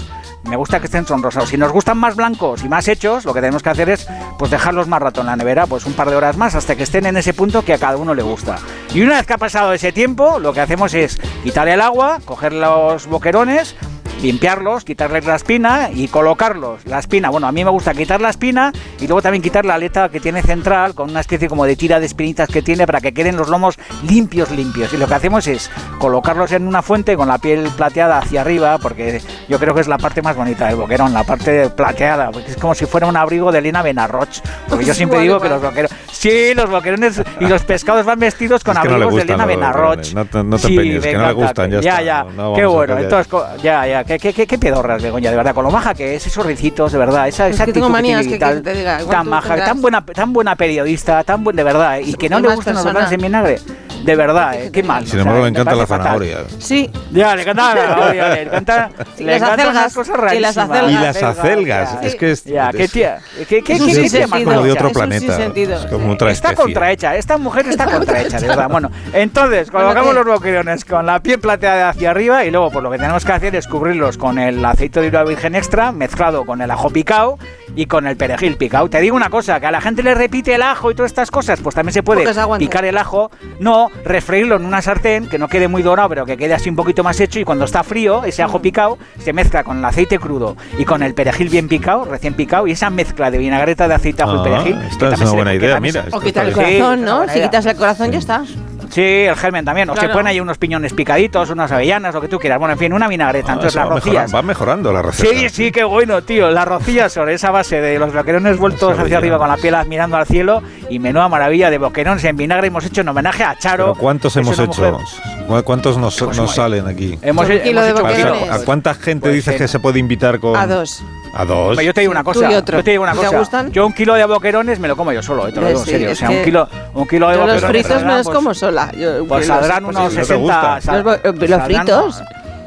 C: Me gusta que estén sonrosados. Si nos gustan más blancos y más hechos, lo que tenemos que hacer es pues dejarlos más rato en la nevera, pues un par de horas más, hasta que estén en ese punto que a cada uno le gusta. Y una vez que ha pasado ese tiempo, lo que hacemos es quitar el agua, coger los boquerones, limpiarlos, quitarles la espina y colocarlos. La espina, bueno, a mí me gusta quitar la espina y luego también quitar la aleta que tiene central con una especie como de tira de espinitas que tiene para que queden los lomos limpios, limpios. Y lo que hacemos es colocarlos en una fuente con la piel plateada hacia arriba, porque yo creo que es la parte más bonita del boquerón, la parte plateada, porque es como si fuera un abrigo de lina Benarroch. Porque yo
B: Es
C: siempre
B: igual,
C: digo
B: igual.
C: que los boquerones, sí, los boquerones y los pescados van vestidos con
A: Es que no le
C: abrigos de
A: gustan
C: lina
A: los
C: Benarroch.
A: boquerones, no te- no te
C: Sí,
A: empeñes, que no
C: venga,
A: le gustan, ya está,
C: Ya,
A: no- no vamos
C: qué
A: a
C: bueno,
A: cambiar.
C: entonces Co- Ya, ya, qué, qué, qué, qué pedorras, Begoña, de verdad, con lo maja que es, esos ricitos, de verdad, esa,
B: Es
C: esa
B: que tengo
C: actitud
B: manías que-
C: tiene y
B: que te diga, igual
C: tan
B: tú
C: maja,
B: tendrás.
C: tan buena, tan buena periodista, tan buen, de verdad, eh, y que no
B: Y
C: le
B: más
C: gustan los
B: persona.
C: bocados en vinagre, de verdad, eh, qué mal.
A: Sin
C: o sea,
A: embargo, le
C: me
A: encantan las
C: parece fatal.
A: zanahorias.
B: Sí,
C: Ya, le encantan las zanahorias, le encantan
B: Y
C: le
B: las
C: encantan
B: acelgas,
C: unas cosas
B: y las
C: rarísimas.
B: acelgas.
A: Y las acelgas,
C: ya.
A: es que es-
C: Ya, qué
A: es-
C: tía, qué, qué,
A: Es
C: qué,
B: un
C: qué
A: de-
C: tía
B: sinsentido.
A: como
C: más
A: de
C: maja.
A: otro
B: Es un
A: planeta.
B: sinsentido.
A: Es como otra
C: Está
A: especie.
C: contrahecha, esta mujer está contrahecha, de verdad. Bueno, entonces colocamos los boquerones con la piel plateada hacia arriba y luego, pues lo que tenemos que hacer es cubrir sofreírlos con el aceite de oliva virgen extra mezclado con el ajo picado y con el perejil picado. Te digo una cosa, que a la gente le repite el ajo y todas estas cosas, pues también se puede
B: Pocas aguantan.
C: picar el ajo, no, refreírlo en una sartén que no quede muy dorado, pero que quede así un poquito más hecho y cuando está frío, ese ajo picado se mezcla con el aceite crudo y con el perejil bien picado, recién picado y esa mezcla de vinagreta de aceite, ajo
A: Ah,
C: y perejil.
A: esta
C: que
A: es
C: también
A: una
C: se le-
A: buena
C: que
A: idea,
C: también se-
A: mira,
B: O quitar el
C: Sí,
B: corazón,
C: es una
B: ¿no?
C: buena
B: Si
C: idea.
B: quitas el corazón ya estás.
C: Sí, el germen también. O se
B: Claro.
C: ponen ahí unos piñones picaditos, unas avellanas, lo que tú quieras. Bueno, en fin, una vinagreta.
A: Ah,
C: Entonces
A: eso pues va,
C: las rocías.
A: mejorando, va mejorando la receta.
C: Sí, sí, qué bueno, tío. Las rocías sobre esa base de los boquerones vueltos hacia
A: Maravillas.
C: arriba con la piel mirando al cielo. Y menuda maravilla de boquerones en vinagre. Hemos hecho en homenaje a Charo.
A: Pero ¿cuántos
C: que es
A: hemos
C: una mujer-
A: hecho? ¿Cu- ¿Cuántos nos, nos
C: madre.
A: salen aquí?
C: Hemos,
B: Un
C: he-
B: kilo
C: hemos
B: de
C: hecho un
A: ¿A-
B: boquerones.
C: kilo.
A: ¿A, a cuántas gente
C: Pues
A: dices
C: sí.
A: que se puede invitar con...?
B: A dos.
A: A dos.
C: Pues yo te digo una
B: Tú
C: cosa.
B: y otro.
C: Yo te digo una
B: ¿Te
C: cosa.
B: gustan?
C: Yo un kilo de boquerones me lo como yo solo, eh, te lo
B: Eh,
C: digo en
B: sí,
C: serio. O
B: es
C: sea,
B: que
C: un kilo, un kilo de
B: Yo los
C: boquerones.
B: fritos me
C: saldrán,
B: los
C: pues,
B: como sola. Yo-
C: Pues
B: los-
C: saldrán
B: pues,
C: unos
A: sí, no te
C: 60.
A: gusta.
C: sal-
B: Los bo- eh, los
C: saldrán-
B: fritos.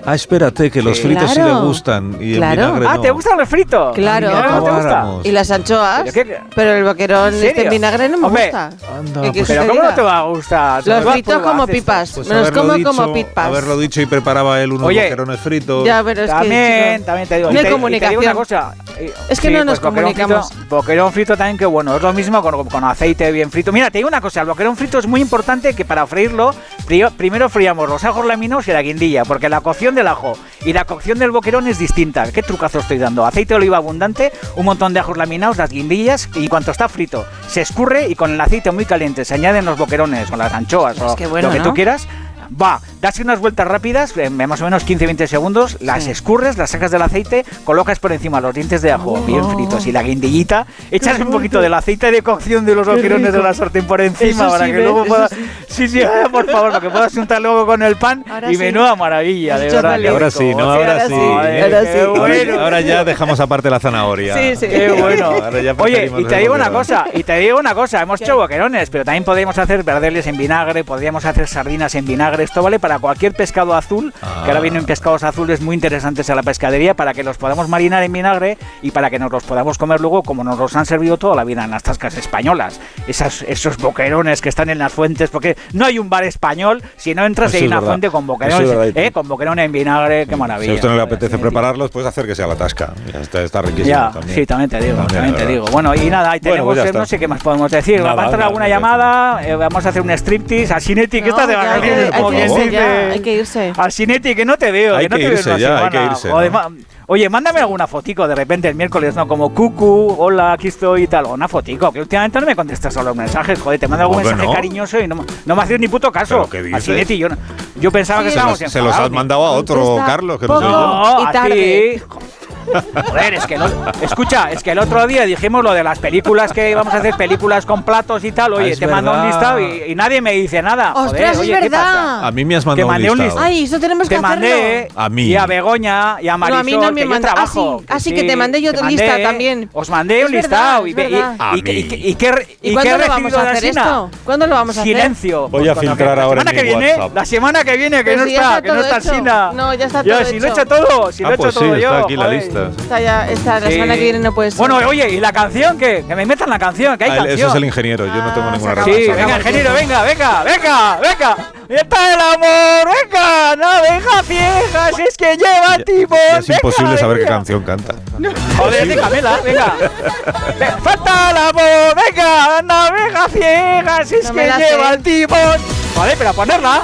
A: Ah, espérate, que los
C: Sí.
A: fritos sí
B: Claro.
A: le gustan. Y el
B: Claro.
A: vinagre
C: Ah,
A: no.
C: ¿te gustan los fritos?
B: Claro.
C: Ah, mira, ¿no te gusta?
A: Acabáramos.
B: Y las anchoas.
C: ¿Pero qué-
B: Pero el boquerón
C: ¿En serio?
B: este en vinagre no me
C: Hombre,
B: gusta.
A: Anda,
B: ¿Qué
A: pues-
B: quieres
C: Pero
B: que
C: ¿cómo
B: diga?
C: no te va a gustar?
B: Los
C: Vas
B: fritos
C: por
B: como
C: haces-
B: pipas.
A: Pues
B: me los
A: haberlo
B: como
A: dicho-
B: como pipas.
A: Haberlo dicho y preparaba él unos
C: Oye.
A: boquerones fritos.
B: Ya, pero es que,
C: también,
B: chico,
C: también te digo.
B: no hay
C: Y te- y te digo una
B: comunicación.
C: cosa. eh,
B: Es que no nos
C: boquerón frito-
B: comunicamos.
C: boquerón frito también, que bueno, es lo mismo con, con aceite bien frito. Mira, te digo una cosa, el boquerón frito es muy importante que para freírlo, frío- primero friamos los ajos laminos y la guindilla, porque la cocción del ajo y la cocción del boquerón es distinta. ¿Qué trucazo estoy dando? Aceite de oliva abundante, un montón de ajos laminados, las guindillas, y cuanto está frito, se escurre y con el aceite muy caliente se añaden los boquerones, con las anchoas, o
B: que bueno,
C: lo que
B: ¿no?
C: tú quieras. Va, das unas vueltas rápidas, eh, más o menos 15-20 segundos, las escurres, las sacas del aceite, colocas por encima los dientes de ajo bien
B: Oh.
C: fritos y la guindillita, echas un poquito del aceite de cocción de los boquerones de la sartén por encima
B: Eso
C: para
B: sí,
C: que
B: ¿ves?
C: luego
B: Eso
C: puedas... Sí, sí, ah, por favor, para que puedas untar luego con el pan
B: Ahora
C: y
B: sí.
C: menuda maravilla,
B: Has
C: de
B: hecho
C: verdad.
B: vale.
C: qué
A: Ahora
C: rico.
A: sí, no, ahora sí.
C: Madre,
B: Ahora
C: qué
B: sí. Ahora
A: Ahora-
C: bueno.
A: Ahora ya dejamos aparte la zanahoria.
B: Sí, sí.
C: Qué bueno.
A: Ahora ya
C: Oye,
A: preferimos
C: y te
A: el
C: digo una
A: boquerón.
C: cosa, y te digo una cosa, hemos hecho boquerones, pero también podemos hacer verdeles en vinagre, podríamos hacer sardinas en vinagre, esto vale para cualquier pescado azul,
A: Ah.
C: que ahora vienen pescados azules muy interesantes a la pescadería para que los podamos marinar en vinagre y para que nos los podamos comer luego como nos los han servido toda la vida en las tascas españolas. Esas, esos boquerones que están en las fuentes, porque no hay un bar español si no entras
A: Eso
C: y hay
A: es
C: una
A: verdad.
C: fuente con
A: Eso es
C: boquerones,
A: verdad.
C: eh, con boquerones en vinagre, qué
A: Si
C: maravilla.
A: a usted no le apetece prepararlos, puedes hacer que sea la tasca. Ya está, está riquísimo
C: Ya,
A: también.
C: sí, también te digo,
A: También,
C: también te
A: ¿verdad?
C: digo. Bueno, y nada, ahí
A: Bueno,
C: tenemos,
A: pues ya
C: eh,
A: está.
C: no sé qué más podemos decir.
A: Nada,
C: va a entrar
A: nada,
C: alguna
A: ya está.
C: llamada, eh, vamos a hacer un striptease. A Sinetti, que
B: No,
C: estás de
B: ya,
C: vacaciones,
B: hay que-
C: como
A: hay
C: bien
A: que irse
B: ya,
C: dices.
B: hay que irse.
C: A Sinetti, que no te veo,
A: Hay
C: que no
A: que
C: te
A: irse
C: veo en una
A: ya, hay que
C: semana.
A: irse,
C: Joder,
A: ¿no?
C: ma- Oye, mándame alguna fotico de repente el miércoles, ¿no? Como cucu, hola, aquí estoy y tal. Una fotico, que últimamente no me contestas a los mensajes, joder, te mando algún
A: ¿Cómo que
C: mensaje
A: no?
C: cariñoso y no, me- no me haces ni puto caso.
A: ¿Pero qué
C: A
A: dices?
C: Sinetti, yo, no- yo pensaba que
A: Se los,
C: estábamos
A: se los has
C: enfadados,
A: mandado a otro,
B: Contesta
A: Carlos, que no soy
B: poco.
A: yo.
C: no,
B: y
C: a
B: tarde.
C: ti. Joder, es que el o- escucha, es que el otro día dijimos lo de las películas que íbamos a hacer, películas con platos y tal. Oye,
A: Ah, Es
C: te mando un
A: verdad.
C: listado y, y nadie me dice nada. Joder,
B: Ostras, es
C: oye, ¿qué pasa?
B: verdad.
A: A mí me has mandado
C: Te mandé un
A: un
C: listado.
A: listado.
B: Ay, eso tenemos que
C: Te mandé
B: hacerlo.
A: A mí.
C: y a Begoña y a Marisol,
B: a mí no me
C: que yo
B: manda- ah,
C: trabajo.
B: sí, ah, sí, que te mandé yo otra lista también.
C: Os mandé
B: Es
C: un
B: verdad,
C: listado y,
B: es
C: te- y-
B: verdad.
A: A
C: y que- y
A: mí.
C: que- y que-
B: ¿Y
C: que
B: cuándo lo
C: he
B: vamos
C: recibido
B: a
C: de
B: hacer
C: Asina.
B: esto? ¿Cuándo lo vamos a hacer?
C: Silencio.
A: Voy a
C: cuando
A: filtrar
C: quieras.
A: ahora en
C: La semana que
A: mi
C: viene,
A: WhatsApp.
C: la semana que viene, que
B: Pero
C: no
B: si ya
C: está,
B: está
C: que no
B: todo
C: está
B: hecho.
C: Asina.
B: No, ya está
C: Yo,
B: todo
C: si
B: hecho.
C: lo he hecho todo, si lo
A: ah,
C: he hecho
A: pues sí,
C: todo yo.
A: está aquí la
C: joder.
A: lista.
B: Está ya, está, la
C: Sí.
B: semana que viene no puede ser.
C: Bueno, oye, ¿y la canción qué? Que me metan la canción, que hay
A: Ah, él-
C: canción. Ah,
A: eso es el ingeniero, yo no tengo ninguna
C: Sí,
A: relación.
C: venga, ingeniero, venga, venga, venga, venga. Y está el amor, venga, no deja fijas, es que lleva timón.
A: Es
C: venga,
A: imposible saber qué
C: venga.
A: canción canta.
C: Joder, déjamela, venga. Ve- Falta el amor, venga, no deja fijas, es
B: No me
C: que
B: la
C: lleva
B: sé.
C: el timón. Vale, pero a ponerla.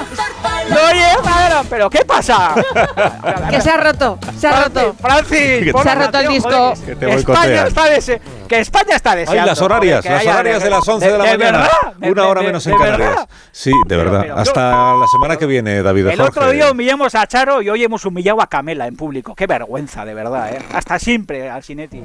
C: No lleva, pero ¿qué pasa?
B: que se ha roto, se ha roto.
C: Francis,
A: Que
C: pon
A: se
B: ha
C: la
B: roto el
C: canción,
B: disco.
C: joder,
A: Que te
C: que España
A: boicotea.
C: está dese- que España está deseando.
A: Ay, las horarias, las horarias de las 11 de, la mañana. Una hora menos en Canarias. Sí, de
C: Pero,
A: verdad.
C: pero, yo-
A: Hasta la semana que viene, David.
C: El
A: Jorge.
C: otro día humillamos a Charo y hoy hemos humillado a Camela en público. Qué vergüenza, de verdad, ¿eh? Hasta siempre, Alcinetti.